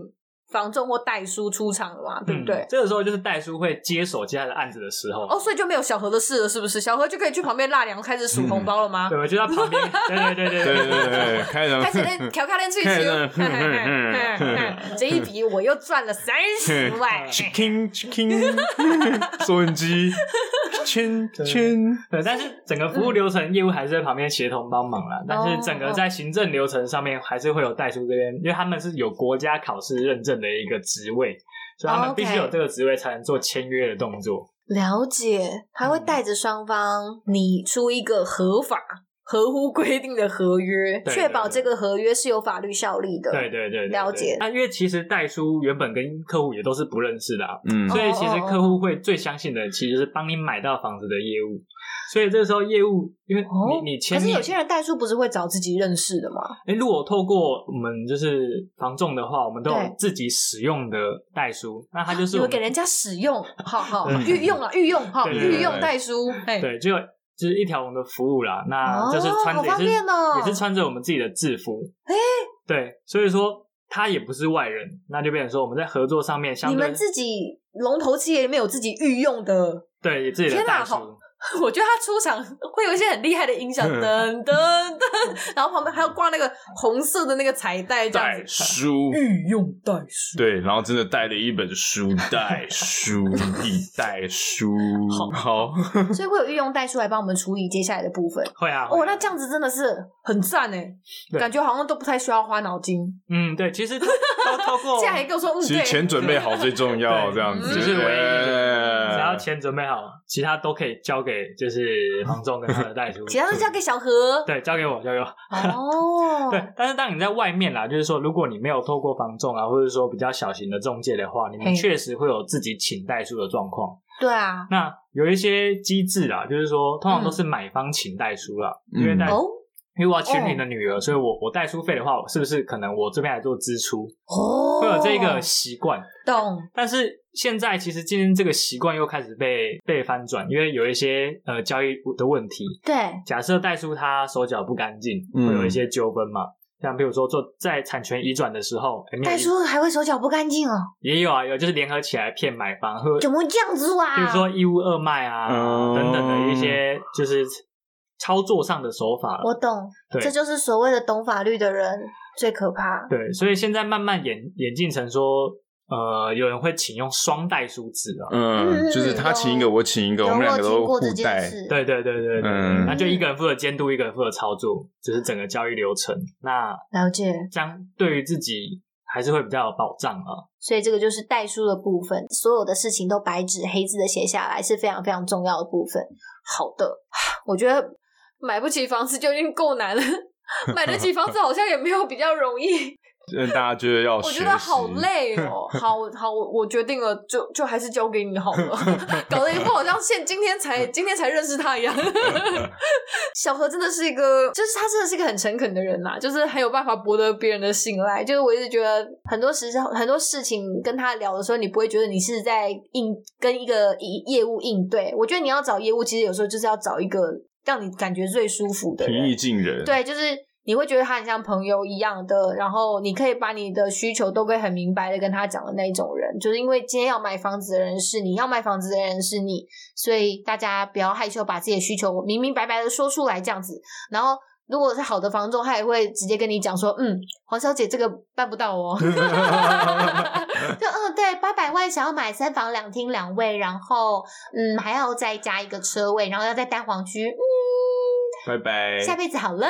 S2: 房仲或代书出场了嘛，对不对
S1: 嗯？这个时候就是代书会接手接他的案子的时候。
S2: 哦，所以就没有小何的事了，是不是？小何就可以去旁边纳凉，开始数红包了吗？
S1: 对，我就在旁
S2: *laughs*
S1: 边。对对对
S3: 对对对对，开始
S1: 嗯
S2: 开始
S3: *laughs*
S2: 练调侃
S1: *laughs*
S2: 练脆球，嘿嘿嘿嘿嘿这一笔我又赚了三十
S1: *laughs*
S2: 万。
S3: chicken chicken，收
S2: *laughs*
S3: 音机，千千，
S1: 对，但是整个服务流程业务还是在旁边协同帮忙
S2: 嗯
S1: 啦。但是整个在行政流程上面还是会有代书这边，因为他们是有国家考试认证的一个职位，所以他
S2: 哦
S1: 们
S2: ，OK
S1: 必须有这个职位才能做签约的动
S2: 哦
S1: 作。
S2: 了解，他会带着双方拟出一个合法、合乎规定的合约，
S1: 对
S2: 确保
S1: 对
S2: 这
S1: 对
S2: 个合约是有法律效力的。
S1: 对对对对，对
S2: 了解
S1: 那因为其实代书原本跟客户也都是不认识的啊，
S3: 嗯
S1: 所以其实
S2: 哦哦哦
S1: 客户会最相信的，其实是帮你买到房子的业务。所以这时候业务，因为
S2: 哦
S1: 你你签
S2: 可是
S1: 约
S2: 有些人代书不是会找自己认识的吗？
S1: 哎，如果透过我们就是房仲的话，我们都
S2: 对
S1: 有自己使用的代书，那它就是
S2: 你
S1: 我们
S2: 们给人家使用，好好
S1: *laughs* 对
S2: 御用啊，御用哈，
S1: 对对对
S2: 御用代书，哎，
S1: 对，就有就是一条龙的服务啦。那
S2: 哦
S1: 就是穿着
S2: 好方
S1: 也是、
S2: 便哦
S1: 也是穿着我们自己的制服，对，所以说他也不是外人，那就变成说我们在合作上面相
S2: 你
S1: 对
S2: 们自己龙头企业里面有自己御用的， *laughs*
S1: 对自己的
S2: 天哪
S1: 代
S2: 好
S1: 书，
S2: 我觉得他出场会有一些很厉害
S1: *laughs*
S2: 的音响，噔噔噔，然后旁边还要挂那个红色的那个彩带，这样子。
S3: 带
S2: *laughs*
S3: 书，
S2: 御用代书，
S3: 对，然后真的带了一本书，
S1: *laughs*
S3: 带书，一带书，
S1: *laughs*
S3: 好，
S2: 所以会有御用代书来帮我们处理接下来的部分。
S1: 会啊，会
S2: 哦，
S1: 啊
S2: 那这样子真的是很赞哎，
S1: 对
S2: 感觉好像都不太需要花脑筋。
S1: 嗯，对，其实透透透
S2: *laughs*
S1: 过
S2: 这样还跟我说，嗯，
S3: 其实
S2: 对，
S3: 钱准备好最重要，
S1: 对
S3: 这样子，
S1: 只是唯一的，
S3: 哎
S1: 只要钱准备好，其他都可以交给就是房仲跟他的代
S2: *laughs*
S1: 书，
S2: 其他都交
S1: *laughs*
S2: 给小何。
S1: 对交给我，交给我。
S2: 哦，
S1: 对，但是当你在外面啦，就是说，如果你没有透过房仲啊，或者说比较小型的中介的话，你
S2: 嘿
S1: 们确实会有自己请代书的状况。
S2: 对啊，
S1: 那有一些机制啦，就是说，通常都是买方请代书啦，因为
S3: 嗯
S1: 代、
S2: 哦
S1: 因为我要娶你的女儿，所以我我代书费的话，是不是可能我这边来做支出，
S2: 哦，
S1: 会有这个习惯。
S2: 懂
S1: 但是现在其实今天这个习惯又开始被被翻转，因为有一些呃交易的问题，
S2: 对，
S1: 假设代书他手脚不干净，
S3: 嗯
S1: 会有一些纠纷嘛？像比如说做在产权移转的时候，哎诶没有
S2: 代
S1: 移
S2: 书还会手脚不干净哦，
S1: 也有啊，有就是联合起来骗买方，或
S2: 怎么会这样子啊？
S1: 比如说一屋二卖啊、
S3: 嗯
S1: 等等的一些就是操作上的手法
S2: 我
S1: 了。
S2: 懂，
S1: 对
S2: 这就是所谓的懂法律的人最可怕。
S1: 对，所以现在慢慢演演进成说，呃，有人会请用双代书制啊。
S3: 嗯，就是他请一个，我请一个，我们两个
S2: 有我
S3: 都
S2: 听过
S3: 互
S2: 这件
S3: 带，
S2: 事，
S1: 对对对对对，
S3: 嗯
S1: 那就一个人负责监督，一个人负责操作，就是整个交易流程。那
S2: 了解。
S1: 这样对于自己还是会比较有保障啊。
S2: 所以这个就是代书的部分，所有的事情都白纸黑字的写下来是非常非常重要的部分。好的，我觉得买不起房子就已经够难了， *laughs* 买得起房子好像也没有比较容易。
S3: 嗯，大家觉得要，
S2: 我觉得好，累哦，好好，我我决定了，就就还是交给你好了，搞得一副好像现今天才今天才认识他一样。小何真的是一个，就是他真的是一个很诚恳的人呐、就是很有办法博得别人的信赖。就是我一直觉得很多时候很多事情跟他聊的时候，你不会觉得你是在应跟一个以业务应对。我觉得你要找业务，其实有时候就是要找一个
S4: 让你感觉最舒服的
S3: 平
S4: 人
S3: 易。近人，，
S4: 对，就是你会觉得他很像朋友一样的，然后你可以把你的需求都会很明白的跟他讲的那一种人，就是因为今天要买房子的人是你，要卖房子的人是你，所以大家不要害羞，把自己的需求明明白白的说出来，这样子。然后如果是好的房仲，他也会直接跟你讲说，嗯，黄小姐这个办不到哦。 *laughs* 就嗯，对，八百万想要买三房两厅两卫，然后嗯还要再加一个车位，然后要在蛋黄区，嗯，
S3: 拜拜，
S4: 下辈子好了。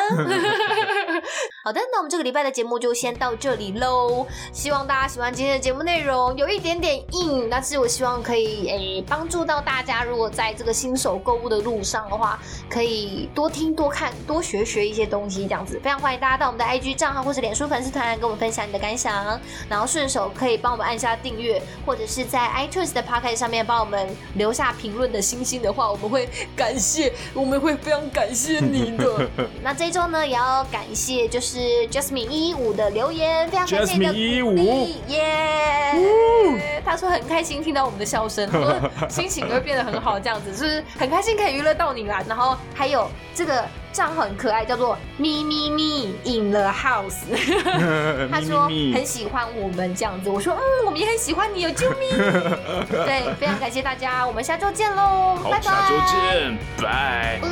S4: 好的，那我们这个礼拜的节目就先到这里喽。希望大家喜欢今天的节目内容，有一点点硬，但是我希望可以诶帮助到大家。如果在这个新手购物的路上的话，可以多听、多看、多学学一些东西，这样子。非常欢迎大家到我们的 IG 账号或是脸书粉丝团来跟我们分享你的感想，然后顺手可以帮我们按下订阅，或者是在 iTunes 的 p o c k e t 上面帮我们留下评论的星星的话，我们会感谢，我们会非常感谢
S3: *laughs*
S4: 你的。那这一周呢，也要感谢就是 Jasmine 一五的留言，非常感谢你的
S3: Jasmine 一
S4: 鼓
S3: 五
S4: 励，耶、他说很开心听到我们的笑
S3: *laughs*
S4: 声，我心情会变得很好，这样子就是很开心可以娱乐到你啦。然后还有这个账号很可爱，叫做咪咪咪 in the house，他
S3: *laughs*
S4: 说
S3: 咪咪咪
S4: 很喜欢我们这样子，我说嗯，我们也很喜欢你，有救命！对，非常感谢大家，我们下周见喽，
S3: 好
S4: 拜，拜，
S3: 下周见，拜。
S4: 嗯。